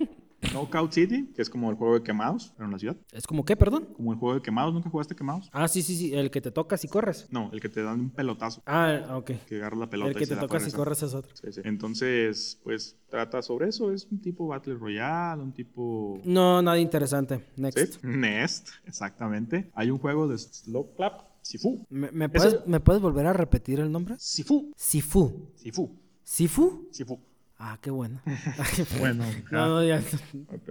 S1: No Cow City, que es como el juego de quemados, pero en la ciudad.
S2: ¿Es como qué, perdón?
S1: Como el juego de quemados, ¿nunca jugaste quemados?
S2: Ah, sí, sí, sí. El que te tocas y corres.
S1: No, el que te dan un pelotazo,
S2: Ah, ok.
S1: que agarra la pelota
S2: El
S1: y
S2: que
S1: se
S2: te
S1: la
S2: tocas y
S1: regresan.
S2: corres es otro.
S1: Sí, sí. Entonces, pues trata sobre eso. Es un tipo Battle Royale, un tipo
S2: No, nada interesante. Next.
S1: Sí, Nest, exactamente. Hay un juego de Slow Clap, Sifu.
S2: ¿Me, me
S1: Eso-
S2: puedes, me puedes volver a repetir el nombre?
S1: Sifu.
S2: Sifu.
S1: Sifu.
S2: ¿Sifu?
S1: Sifu.
S2: Ah, qué bueno.
S1: Bueno,
S2: No, no, ya.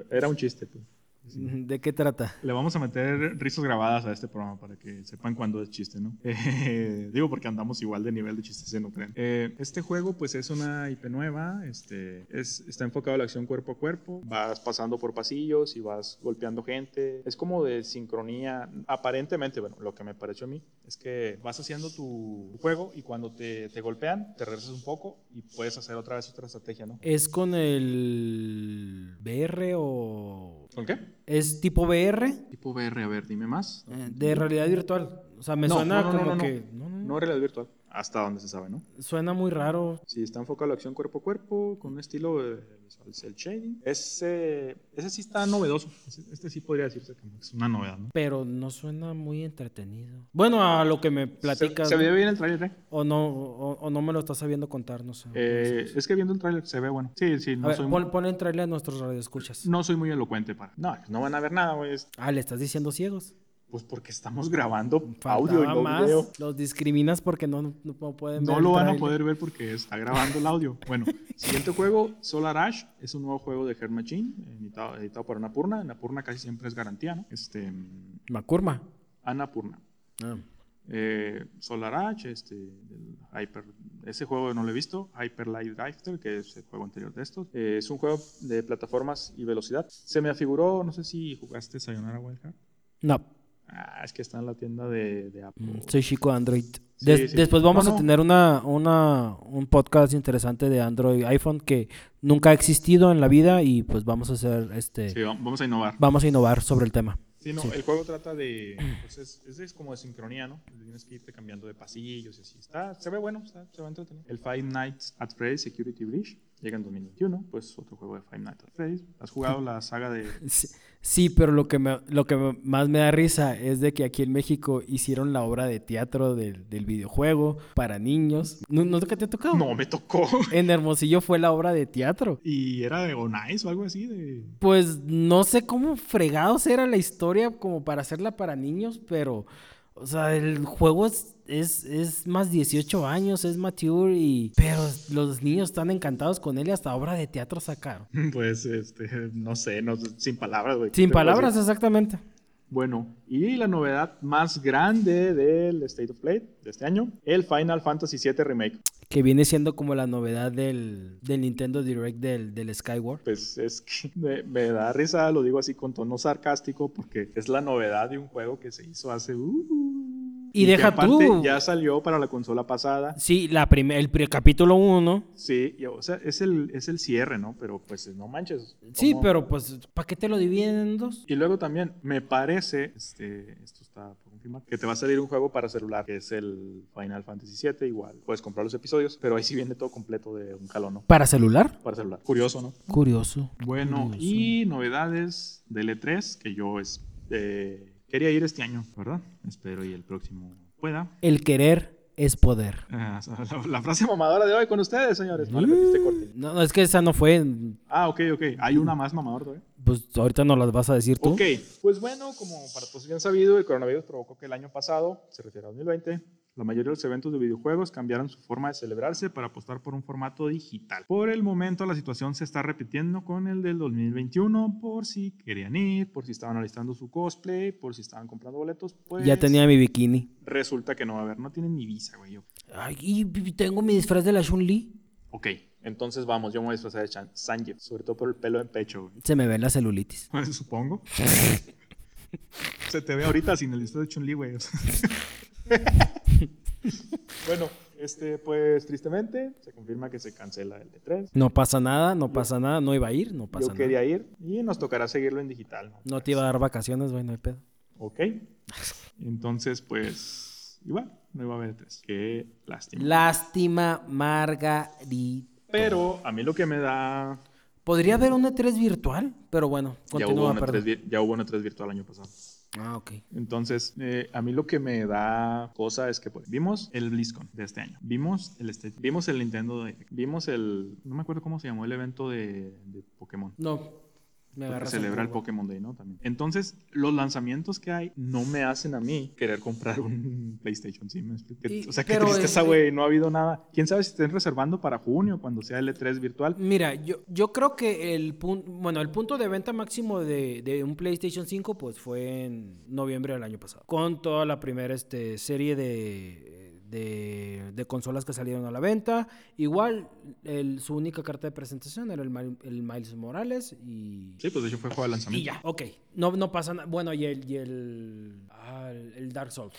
S1: era un chiste. pues.
S2: ¿De qué trata?
S1: Le vamos a meter risas grabadas a este programa para que sepan cuándo es chiste, ¿no? Eh, digo porque andamos igual de nivel de chistes en Ucrania. Eh, este juego pues es una IP nueva, este, es, está enfocado a la acción cuerpo a cuerpo, vas pasando por pasillos y vas golpeando gente, es como de sincronía, aparentemente, bueno, lo que me pareció a mí es que vas haciendo tu juego y cuando te, te golpean, te regresas un poco y puedes hacer otra vez otra estrategia, ¿no?
S2: ¿Es con el VR o
S1: ¿Con qué?
S2: es tipo VR?
S1: Tipo VR, a ver, dime más.
S2: Eh, De realidad virtual. O sea, me
S1: No,
S2: suena
S1: no, no, no,
S2: como
S1: no.
S2: que. no, no, no.
S1: No realidad virtual, hasta donde se sabe, ¿no?
S2: Suena muy raro.
S1: Sí, está enfocado a la acción cuerpo a cuerpo, con un estilo de al cel shading. Ese, ese sí está novedoso. Ese- Este sí podría decirse que es una novedad, ¿no?
S2: Pero no suena muy entretenido. Bueno, a lo que me platicas.
S1: Se, se ve bien el tráiler, ¿eh?
S2: O no, o, o no me lo estás sabiendo contar, no sé.
S1: Eh, Es que viendo el tráiler se ve bueno. Sí, sí,
S2: pues. a
S1: no
S2: ver,
S1: soy,
S2: pon, pon en trailer a nuestros radioescuchas.
S1: no soy muy elocuente para... No, pues no van a ver nada, güey. es-
S2: Ah, le estás diciendo ciegos.
S1: Pues porque estamos grabando audio y
S2: Faltaba
S1: no
S2: más.
S1: video.
S2: Los discriminas porque no, no, no pueden ver.
S1: No
S2: el
S1: lo van a
S2: tráiler.
S1: poder ver porque está grabando el audio. Bueno, siguiente juego, Solar Ash, es un nuevo juego de Herb Machine, editado, editado por Anapurna. Anapurna casi siempre es garantía, ¿no? Este, mm,
S2: Macurma.
S1: Anapurna.
S2: Ah.
S1: Eh, Solar Edge, este, del Hyper, ese juego no lo he visto, Hyper Light Drifter, que es el juego anterior de estos. Eh, es un juego de plataformas y velocidad. Se me afiguró, no sé si jugaste Sayonara Wild Heart.
S2: No.
S1: Ah, es que está en la tienda de, de Apple.
S2: Mm, Soy chico Android.
S1: Sí,
S2: Des-
S1: sí.
S2: Después vamos
S1: No,
S2: a
S1: no.
S2: tener una, una, un podcast interesante de Android iPhone que nunca ha existido en la vida y pues vamos a hacer este
S1: Sí, va- vamos a innovar.
S2: vamos a innovar sobre el tema.
S1: Sí, no,
S2: Sí.
S1: el juego trata de. pues es, es, es como de sincronía, ¿no? Tienes que irte cambiando de pasillos y así. Está, se ve bueno, está- se va a entretener. El Five Nights at Freddy's Security Breach llega en 2021, pues otro juego de Five Nights at Freddy's. ¿Has jugado la saga de
S2: Sí, sí, pero lo que me- lo que me- más me da risa es de que aquí en México hicieron la obra de teatro del, del videojuego para niños. ¿No, no te te ha tocado?
S1: No, me tocó.
S2: En Hermosillo fue la obra de teatro.
S1: Y era de Onice o algo así. De...
S2: Pues no sé cómo fregados era la historia como para hacerla para niños, pero, o sea, el juego es, es, es más 18 años, es mature y... Pero los niños están encantados con él y hasta obra de teatro sacaron.
S1: Pues, este, no sé, no, sé, sin palabras, güey.
S2: Sin
S1: ¿Qué te puedo
S2: palabras,
S1: decir?
S2: exactamente.
S1: Bueno, y la novedad más grande del State of Play de este año, el Final Fantasy VII Remake.
S2: Que viene siendo como la novedad del, del Nintendo Direct del, del Skyward.
S1: Pues es que me, me da risa, lo digo así con tono sarcástico, porque es la novedad de un juego que se hizo hace... uh,
S2: Y deja
S1: que aparte
S2: tú.
S1: Ya salió para la consola pasada.
S2: Sí, la prim- el pri- capítulo 1.
S1: Sí, y, o sea, es el, es el cierre, ¿no? Pero pues no manches.
S2: Sí,
S1: ¿cómo?
S2: pero pues, ¿para qué te lo dividen en dos?
S1: Y luego también me parece, este, esto está por confirmar, que te va a salir un juego para celular, que es el Final Fantasy VII, igual. Puedes comprar los episodios, pero ahí sí viene todo completo de un jalón, ¿no?
S2: ¿Para celular?
S1: Para celular. Curioso, ¿no?
S2: Curioso.
S1: Bueno,
S2: curioso.
S1: y novedades del E3, que yo es, eh, quería ir este año, ¿verdad? Espero y el próximo pueda.
S2: El querer es poder.
S1: Ah, la, la frase mamadora de hoy con ustedes, señores. No le metiste corte.
S2: No, no, es que esa no fue.
S1: Ah, ok, ok. Hay una más mamadora todavía.
S2: Pues ahorita no las vas a decir tú.
S1: Ok, pues bueno, como para todos bien sabido, el coronavirus provocó que el año pasado, se refiere a 2020, la mayoría de los eventos de videojuegos cambiaron su forma de celebrarse para apostar por un formato digital. Por el momento la situación se está repitiendo con el del 2021, por si querían ir, por si estaban alistando su cosplay, por si estaban comprando boletos, pues
S2: Ya tenía mi bikini.
S1: resulta que no va a haber, no tienen ni visa, güey. Yo-
S2: Ay, y y tengo mi disfraz de la Chun-Li.
S1: Ok, entonces vamos, yo me voy a disfrazar de Chan- Sanji, sobre todo por el pelo en pecho, güey.
S2: Se me ven las celulitis.
S1: Pues, Supongo. Se te ve ahorita sin el listo de Chun-Li, güey. o sea. bueno, este, pues tristemente se confirma que se cancela el D3.
S2: No pasa nada, no pasa nada. No iba a ir, no pasa
S1: Yo quería ir y nos tocará seguirlo en digital.
S2: nada. No te iba a dar vacaciones, güey, no hay pedo.
S1: Ok. Entonces, pues, igual, no iba a haber E3. Qué lástima.
S2: Lástima, Margarita.
S1: Pero a mí lo que me da...
S2: Podría haber una 3 virtual, pero
S1: Ya
S2: bueno,
S1: hubo, E
S2: continúa,
S1: una
S2: perdón.
S1: 3 vir- ya hubo una 3 virtual el año pasado.
S2: Ah, ok.
S1: Entonces, eh, a mí lo que me da cosa es que pues, vimos el BlizzCon de este año, vimos el, State- vimos el Nintendo Direct, vimos el, no me acuerdo cómo se llamó el evento de, de Pokémon.
S2: No. Me
S1: Porque
S2: agarras en
S1: celebra el
S2: curva.
S1: Pokémon Day, ¿no? También. Entonces, los lanzamientos que hay no me hacen a mí querer comprar un PlayStation, ¿sí? ¿Me explico? Que-
S2: Y-
S1: o sea, qué
S2: pero,
S1: tristeza,
S2: este-
S1: güey, no ha habido nada. ¿Quién sabe si estén reservando para junio, cuando sea el E3 virtual?
S2: Mira, yo, yo creo que el punto, bueno, el punto de venta máximo de, de un PlayStation 5 pues fue en noviembre del año pasado, con toda la primera este, serie de, de, de consolas que salieron a la venta. Igual, el- su única carta de presentación era el, Mil- el Miles Morales y...
S1: Sí, pues de hecho fue juego de
S2: Y
S1: lanzamiento.
S2: ya, ok. No, no pasa nada. Bueno, y el, y el, ah, el- el Dark Souls.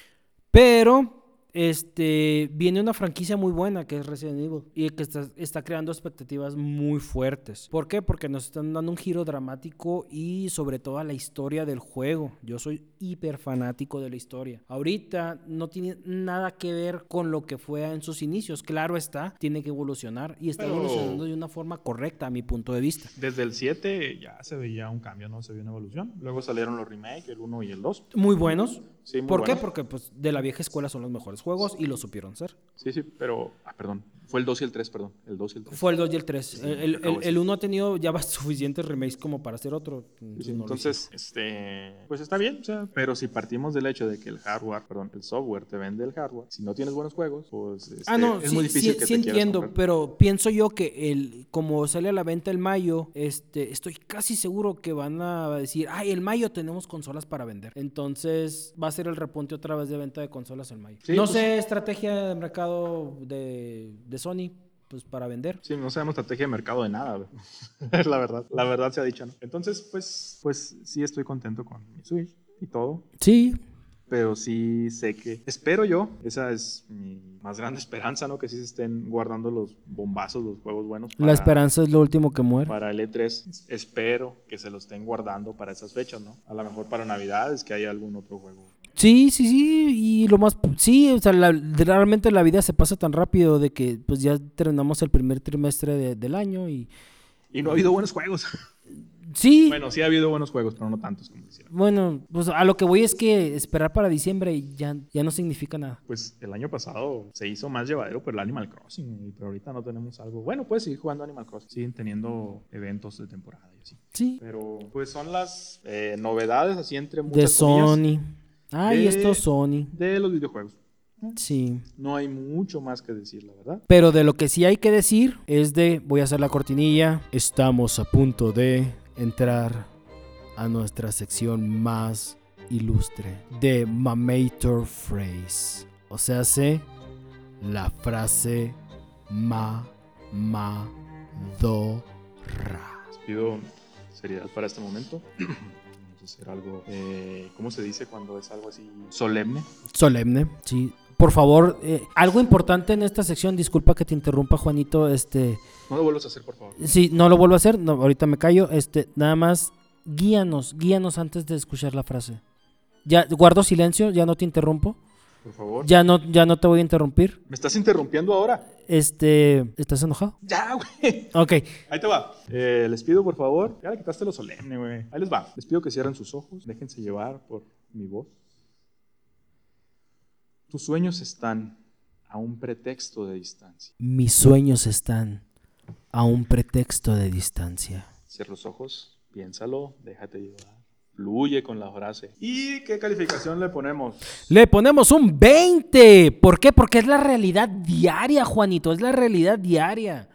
S2: Pero este viene una franquicia muy buena que es Resident Evil y que está, está creando expectativas muy fuertes. ¿Por qué? Porque nos están dando un giro dramático y sobre todo a la historia del juego. Yo soy hiper fanático de la historia. Ahorita no tiene nada que ver con lo que fue en sus inicios. Claro está, tiene que evolucionar y está
S1: Pero-
S2: evolucionando de una forma correcta a mi punto de vista.
S1: Desde el 7 ya se veía un cambio, ¿no? Se vio una evolución. Luego salieron los remakes, el 1 y el 2.
S2: Muy buenos.
S1: Sí, muy
S2: ¿Por qué?
S1: buenos.
S2: Porque pues, de la vieja escuela son los mejores juegos y lo supieron ser.
S1: Sí, sí, pero... Ah, perdón. Fue el 2 y el 3, perdón. El 2 y el 3.
S2: Fue el 2 y el 3. El, el,
S1: acabó
S2: el- el 1 ha tenido ya bast- suficientes remakes como para hacer otro.
S1: Sí,
S2: pues, no lo
S1: entonces, este, pues está bien, o sea, pero si partimos del hecho de que el hardware, perdón, el software te vende el hardware, si no tienes buenos juegos, pues
S2: hicieron. ah,
S1: este,
S2: no,
S1: es
S2: sí,
S1: muy difícil
S2: sí,
S1: que
S2: sí
S1: te quieras
S2: entiendo,
S1: comprar.
S2: pero pienso yo que el, como sale a la venta el mayo, este, estoy casi seguro que van a decir, ay, el mayo tenemos consolas para vender. Entonces va a ser el repunte otra vez de venta de consolas en mayo.
S1: Sí,
S2: no
S1: pues-
S2: sé, estrategia de mercado de, de Sony, pues para vender.
S1: Sí, no sabemos estrategia de mercado de nada, güey. Es la verdad, la verdad se ha dicho, ¿no? Entonces, pues, pues sí estoy contento con mi Switch y todo,
S2: Sí,
S1: pero sí sé que, espero yo, esa es mi más grande esperanza, ¿no? Que sí se estén guardando los bombazos, los juegos buenos.
S2: la
S1: para-
S2: esperanza es lo último que muere.
S1: para el E3. Espero que se lo estén guardando para esas fechas, ¿no? A lo mejor para Navidades, que haya algún otro juego.
S2: Sí, sí, sí, y lo más, sí, o sea, la- de- realmente la vida se pasa tan rápido de que pues ya terminamos el primer trimestre de- del año y
S1: Y no ha habido buenos juegos.
S2: sí, bueno.
S1: bueno, sí ha habido buenos juegos, pero no tantos como quisiera.
S2: pues a lo que voy es que esperar para diciembre ya, ya no significa nada.
S1: Pues el año pasado se hizo más llevadero por el Animal Crossing, güey, pero ahorita no tenemos algo. Bueno, puedes seguir jugando Animal Crossing. Siguen teniendo eventos de temporada y así.
S2: Sí,
S1: Pero pues son las eh, novedades, así entre muchas Eh.
S2: de
S1: comillas,
S2: Sony. Ay,
S1: De-
S2: esto Sony.
S1: de los videojuegos.
S2: Sí.
S1: No hay mucho más que decir, la verdad.
S2: Pero de lo que sí hay que decir es de, voy a hacer la cortinilla, estamos a punto de entrar a nuestra sección más ilustre de Mamator Phrase. O sea, sé la frase ma ma do ra.
S1: Les pido seriedad para este momento. Vamos a hacer algo. eh, ¿Cómo se dice cuando es algo así solemne?
S2: Solemne, sí. Por favor, eh, algo importante en esta sección, disculpa que te interrumpa Juanito, este...
S1: No lo vuelvas a hacer, por favor.
S2: Si no lo vuelvo a hacer, no, ahorita me callo. Este, nada más, guíanos, guíanos antes de escuchar la frase. Ya guardo silencio, ya no te interrumpo.
S1: Por favor.
S2: Ya no, ya no te voy a interrumpir.
S1: ¿Me estás interrumpiendo ahora?
S2: Este, ¿estás enojado?
S1: Ya, güey.
S2: Ok.
S1: Ahí te va. Eh, les pido, por favor. Ya le quitaste lo solemne, güey. Ahí les va. Les pido que cierren sus ojos. Déjense llevar por mi voz. Tus sueños están a un pretexto de distancia.
S2: Mis sueños están a un pretexto de distancia.
S1: Cierra los ojos, piénsalo, déjate llevar. Fluye con la frase. ¿Y qué calificación le ponemos?
S2: Le ponemos un 20. ¿Por qué? Porque es la realidad diaria, Juanito. Es la realidad diaria.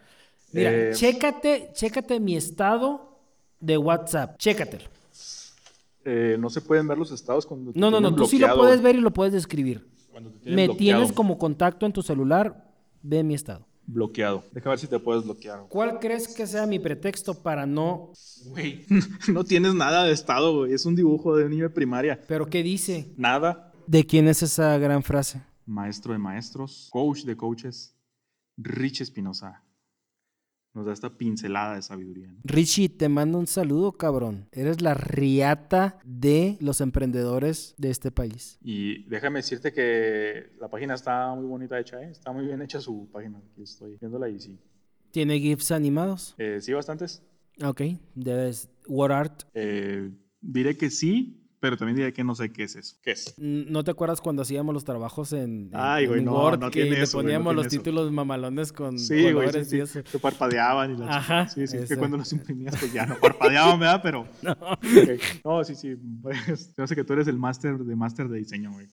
S2: Mira,
S1: Eh.
S2: chécate, chécate mi estado de WhatsApp. Chécatelo.
S1: Eh, no se pueden ver los estados cuando te
S2: No, no,
S1: tienen
S2: no, tú sí lo
S1: bloqueado,
S2: puedes ver y lo puedes describir.
S1: cuando te tienen
S2: Me
S1: bloqueado.
S2: tienes como contacto en tu celular, ve mi estado.
S1: bloqueado. Deja ver si te puedes bloquear.
S2: ¿Cuál crees que sea mi pretexto para no?
S1: Güey, no tienes nada de estado, güey. Es un dibujo de un niño de primaria.
S2: ¿Pero qué dice?
S1: Nada.
S2: ¿De quién es esa gran frase?
S1: Maestro de maestros, coach de coaches, Rich Espinosa. Nos da esta pincelada de sabiduría. ¿no?
S2: Richie, te mando un saludo, cabrón. Eres la riata de los emprendedores de este país.
S1: Y déjame decirte que la página está muy bonita hecha, ¿eh? Está muy bien hecha su página. Aquí estoy viéndola y sí.
S2: ¿Tiene GIFs animados?
S1: Eh, sí, bastantes.
S2: Ok, debes... What art?
S1: Eh, diré que sí, pero también diré que no sé qué es eso. ¿Qué es?
S2: N- ¿No te acuerdas cuando hacíamos los trabajos en, en-
S1: Ay,
S2: en
S1: güey, no,
S2: Word
S1: no
S2: que
S1: tiene
S2: le
S1: eso, güey, no
S2: poníamos los
S1: tiene eso.
S2: títulos mamalones con
S1: Sí, güey, sí,
S2: colores
S1: sí,
S2: y eso?
S1: que parpadeaban y la
S2: Ajá,
S1: chingada. Sí, sí, es
S2: ese.
S1: que cuando los imprimías pues ya no parpadeaban, ¿verdad? Pero no, no sí, sí, pues, yo sé que tú eres el máster de máster de diseño, güey.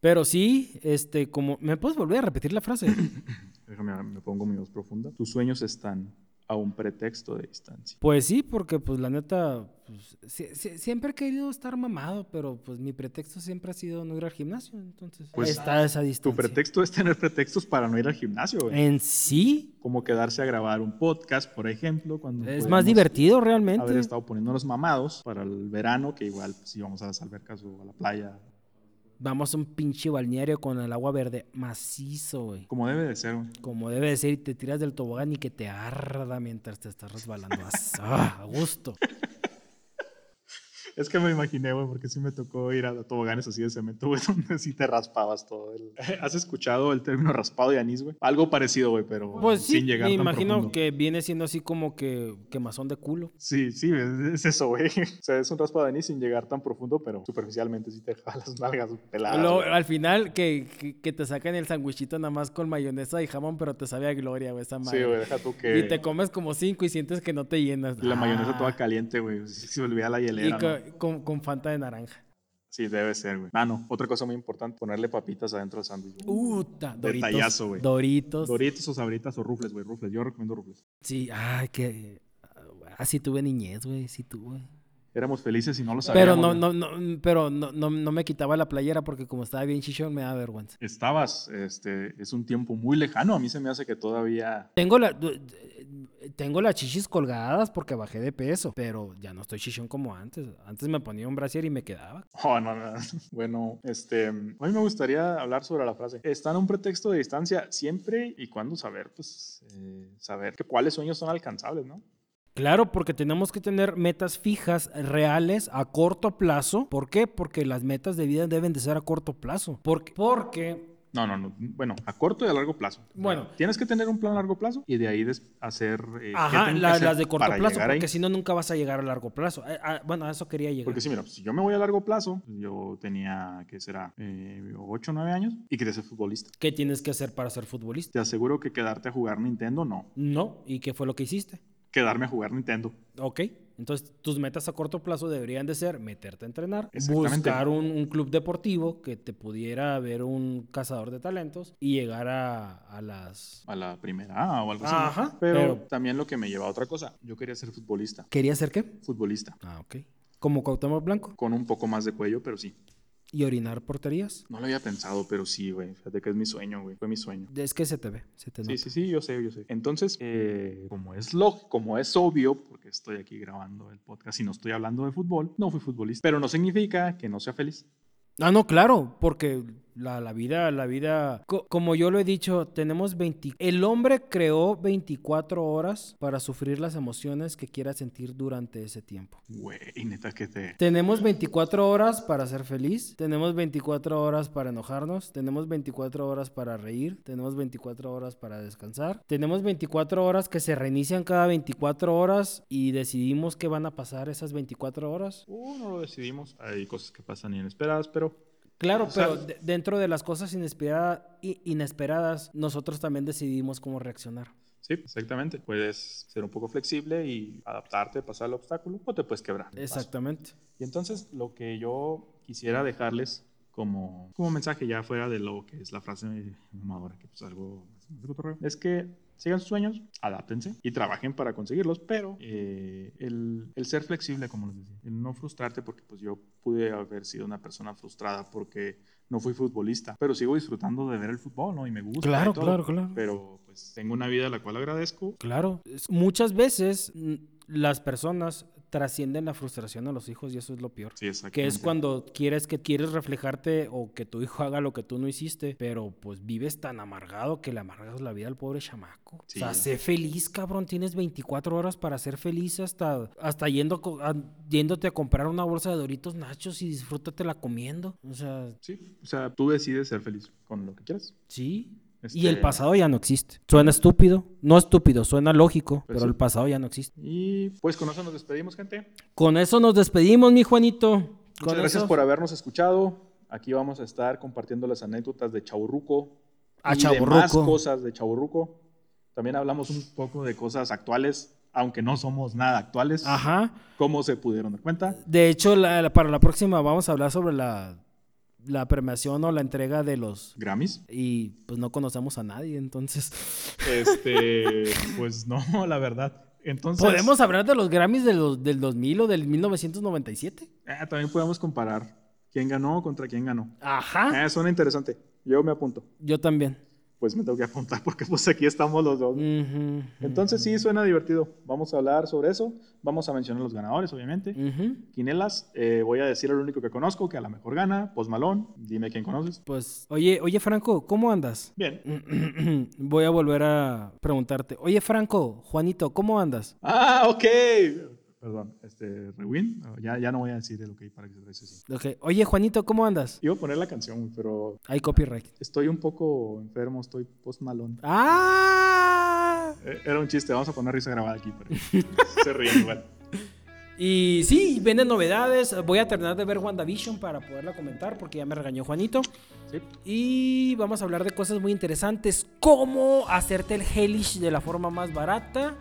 S2: Pero sí, este, como. ¿Me puedes volver a repetir la frase?
S1: Déjame, me pongo mi voz profunda. Tus sueños están a un pretexto de distancia.
S2: Pues sí, porque pues la neta, pues, sie- sie- siempre he querido estar mamado, pero pues mi pretexto siempre ha sido no ir al gimnasio, entonces
S1: Pues,
S2: está esa
S1: Tu
S2: distancia.
S1: pretexto es tener pretextos para no ir al gimnasio, güey.
S2: En sí,
S1: Como quedarse a grabar un podcast, por ejemplo, cuando
S2: es
S1: podemos
S2: más divertido
S1: haber
S2: realmente.
S1: estado poniéndonos mamados para el verano, que igual pues íbamos a las albercas o a la playa,
S2: Vamos a un pinche balneario con el agua verde macizo, güey.
S1: como debe de ser, güey.
S2: Como debe de ser, y te tiras del tobogán y que te arda mientras te estás resbalando. As- ah, a gusto.
S1: Es que me imaginé, güey, porque sí me tocó ir a toboganes así de cemento, güey, donde sí te raspabas todo. el- ¿Has escuchado el término raspado de anís, güey? Algo parecido, güey, pero
S2: Pues sí,
S1: sin llegar
S2: me
S1: tan
S2: imagino
S1: profundo.
S2: que viene siendo así como que quemazón de culo.
S1: Sí, sí, es es eso, güey. O sea, es un raspado de anís sin llegar tan profundo, pero superficialmente sí te deja las nalgas peladas.
S2: Lo-
S1: güey.
S2: al final, que, que- que te sacan el sanguichito nada más con mayonesa y jamón, pero te sabe a gloria, güey, esa madre.
S1: Sí, güey, deja tú que...
S2: Y te comes como cinco y sientes que no te llenas.
S1: y la mayonesa
S2: Ah,
S1: toda caliente, güey. Sí, Se olvida la
S2: Y
S1: hielera, ¿no?
S2: co- con, con fanta de naranja.
S1: Sí, debe ser, güey. Ah, no. Otra cosa muy importante, ponerle papitas adentro del sándwich.
S2: Uh,
S1: güey.
S2: Uta, Doritos.
S1: Detallazo, güey.
S2: Doritos.
S1: Doritos o sabritas o rufles, güey. Rufles. Yo recomiendo rufles.
S2: Sí, ay, que. Así tuve niñez, güey, sí tuve.
S1: Éramos felices y no lo sabíamos.
S2: Pero no,
S1: güey.
S2: no, no, pero no, no, no me quitaba la playera porque como estaba bien chichón me daba vergüenza.
S1: Estabas, este, es un tiempo muy lejano. A mí se me hace que todavía.
S2: Tengo la, du- eh, tengo las chichis colgadas porque bajé de peso, pero ya no estoy chichón como antes. Antes me ponía un brasier y me quedaba.
S1: Oh, no, no. Bueno, este, a mí me gustaría hablar sobre la frase. Están a un pretexto de distancia siempre y cuando saber, pues, eh, saber que cuáles sueños son alcanzables, ¿no?
S2: Claro, porque tenemos que tener metas fijas, reales, a corto plazo. ¿Por qué? Porque las metas de vida deben de ser a corto plazo. Porque, porque
S1: No, no, no. Bueno, a corto y a largo plazo.
S2: Bueno.
S1: Tienes que tener un plan a largo plazo y de ahí des- hacer. eh, qué
S2: ajá,
S1: tengo que
S2: la-
S1: hacer
S2: las de corto
S1: para
S2: plazo,
S1: llegar ahí.
S2: porque si no nunca vas a llegar a largo plazo. Eh, ah, bueno, a eso quería llegar.
S1: Porque sí, mira, pues, si yo me voy a largo plazo, pues, yo tenía, ¿qué será? Eh, 8 o 9 años y quería ser futbolista.
S2: ¿Qué tienes que hacer para ser futbolista?
S1: Te aseguro que quedarte a jugar Nintendo, no.
S2: No, ¿y qué fue lo que hiciste?
S1: Quedarme a jugar Nintendo.
S2: Ok, entonces tus metas a corto plazo deberían de ser meterte a entrenar,
S1: Exactamente.
S2: buscar un, un club deportivo que te pudiera ver un cazador de talentos y llegar a, a las...
S1: A la primera A o algo así.
S2: Ajá,
S1: ¿no? Pero,
S2: pero-
S1: también lo que me lleva a otra cosa. Yo quería ser futbolista.
S2: ¿Quería ser qué?
S1: Futbolista.
S2: Ah, ok. Como Cuauhtémoc Blanco
S1: Con un poco más de cuello, pero sí.
S2: y orinar porterías.
S1: No lo había pensado, pero sí, güey. Fíjate que es mi sueño, güey. Fue mi sueño.
S2: Es que se te ve, se te
S1: Sí,
S2: nota.
S1: sí, sí, yo sé, yo sé. Entonces, eh, como es lógico, como es obvio, porque estoy aquí grabando el podcast y no estoy hablando de fútbol, no fui futbolista. Pero no significa que no sea feliz.
S2: Ah, no, claro, porque la, la vida, la vida, co- como yo lo he dicho, tenemos 20... El hombre creó 24 horas para sufrir las emociones que quiera sentir durante ese tiempo.
S1: Güey, neta que te...
S2: Tenemos 24 horas para ser feliz, tenemos 24 horas para enojarnos, tenemos 24 horas para reír, tenemos 24 horas para descansar, tenemos 24 horas que se reinician cada 24 horas y decidimos qué van a pasar esas 24 horas.
S1: Uh, no lo decidimos. Hay cosas que pasan inesperadas, pero
S2: Claro,
S1: O sea,
S2: pero de- dentro de las cosas inespera- i- inesperadas, nosotros también decidimos cómo reaccionar.
S1: Sí, exactamente. Puedes ser un poco flexible y adaptarte, pasar el obstáculo o te puedes quebrar.
S2: Exactamente.
S1: Y entonces lo que yo quisiera dejarles como, como mensaje ya fuera de lo que es la frase mamadora, que pues algo es de cotorreo, es que sigan sus sueños, adáptense y trabajen para conseguirlos, pero eh, el, el ser flexible, como les decía, el no frustrarte porque pues yo pude haber sido una persona frustrada porque no fui futbolista, pero sigo disfrutando de ver el fútbol, ¿no? Y me gusta. y
S2: Claro,
S1: todo.
S2: claro, claro.
S1: Pero pues tengo una vida a la cual agradezco
S2: Claro. es- Muchas veces mm, las personas trascienden la frustración a los hijos y eso es lo peor.
S1: Sí, exactamente.
S2: Que es cuando quieres que quieres reflejarte o que tu hijo haga lo que tú no hiciste, pero pues vives tan amargado que le amargas la vida al pobre chamaco. O sea,
S1: Sí.
S2: sé feliz, cabrón. Tienes 24 horas para ser feliz hasta, hasta yendo, co- a- yéndote a comprar una bolsa de Doritos Nachos y disfrútatela comiendo. O sea,
S1: Sí, o sea, tú decides ser feliz con lo que quieras.
S2: sí. Y
S1: Este,
S2: el pasado ya no existe. Suena estúpido. No estúpido, suena lógico,
S1: Pues
S2: pero
S1: sí.
S2: el pasado ya no existe.
S1: Y pues con eso nos despedimos, gente.
S2: Con eso nos despedimos, mi Juanito.
S1: Muchas
S2: Con
S1: gracias
S2: eso-
S1: por habernos escuchado. Aquí vamos a estar compartiendo las anécdotas de Chaburruco
S2: Ah,
S1: y demás
S2: Chaburruco.
S1: cosas de Chaburruco. También hablamos un poco de cosas actuales, aunque no somos nada actuales.
S2: Ajá.
S1: ¿Cómo se pudieron dar cuenta?
S2: De hecho, la- la- para la próxima vamos a hablar sobre la, la premiación o la entrega de los...
S1: Grammys.
S2: Y pues no conocemos a nadie, entonces...
S1: Este, pues no, la verdad. Entonces,
S2: ¿Podemos hablar de los Grammys de los, del 2000 o del 1997?
S1: Ah, también podemos comparar quién ganó contra quién ganó.
S2: Ajá.
S1: Ah, suena interesante. Yo me apunto.
S2: Yo también.
S1: Pues me tengo que apuntar porque pues aquí estamos los dos.
S2: Ujú,
S1: Entonces sí, suena divertido. Vamos a hablar sobre eso. Vamos a mencionar los ganadores, obviamente.
S2: ujú.
S1: Quinelas, eh, voy a decir al único que conozco, que a la mejor gana, Post Malone. Dime quién conoces.
S2: Pues, oye, oye Franco, ¿cómo andas?
S1: Bien.
S2: Voy a volver a preguntarte. Oye Franco, Juanito, ¿cómo andas?
S1: Ah, ok. Perdón, este, Rewind. Oh, Ya, ya no voy a decir el ok para que se regrese así.
S2: Ok, Oye Juanito, ¿cómo andas?
S1: Iba a poner la canción, pero
S2: Hay copyright.
S1: estoy un poco enfermo, estoy Post Malone.
S2: ¡Ah!
S1: Eh, Era un chiste, vamos a poner risa grabada aquí. Pero se ríen igual.
S2: Y sí, vienen novedades. Voy a terminar de ver WandaVision para poderla comentar porque ya me regañó Juanito.
S1: Sí.
S2: Y vamos a hablar de cosas muy interesantes, cómo hacerte el hellish de la forma más barata,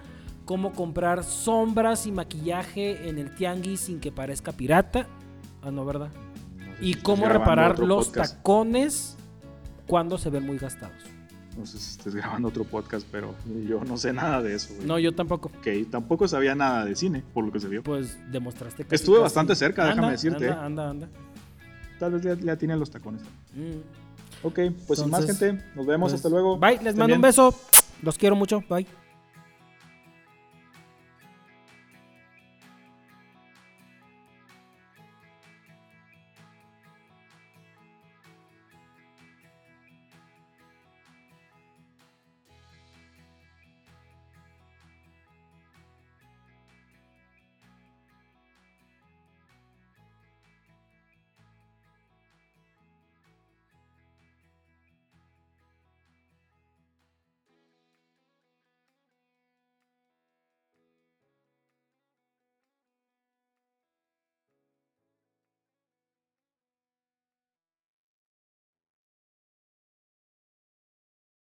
S2: cómo comprar sombras y maquillaje en el tianguis sin que parezca pirata. Ah, no, ¿verdad?
S1: No sé si
S2: Y
S1: estés
S2: cómo
S1: grabando
S2: reparar
S1: otro
S2: los
S1: podcast.
S2: tacones cuando se ven muy gastados.
S1: No sé si estés grabando otro podcast, pero yo no sé nada de eso. güey.
S2: No, yo tampoco.
S1: Ok, tampoco sabía nada de cine, por lo que se vio.
S2: Pues demostraste que...
S1: Estuve bastante cerca, déjame decirte, eh.
S2: Anda, anda, anda.
S1: Tal vez le, le atinen los tacones.
S2: Mm.
S1: Ok, pues sin más
S2: Entonces,
S1: gente, nos vemos,
S2: Pues,
S1: hasta luego.
S2: Bye, les
S1: Estén
S2: mando
S1: bien.
S2: un beso. Los quiero mucho. Bye.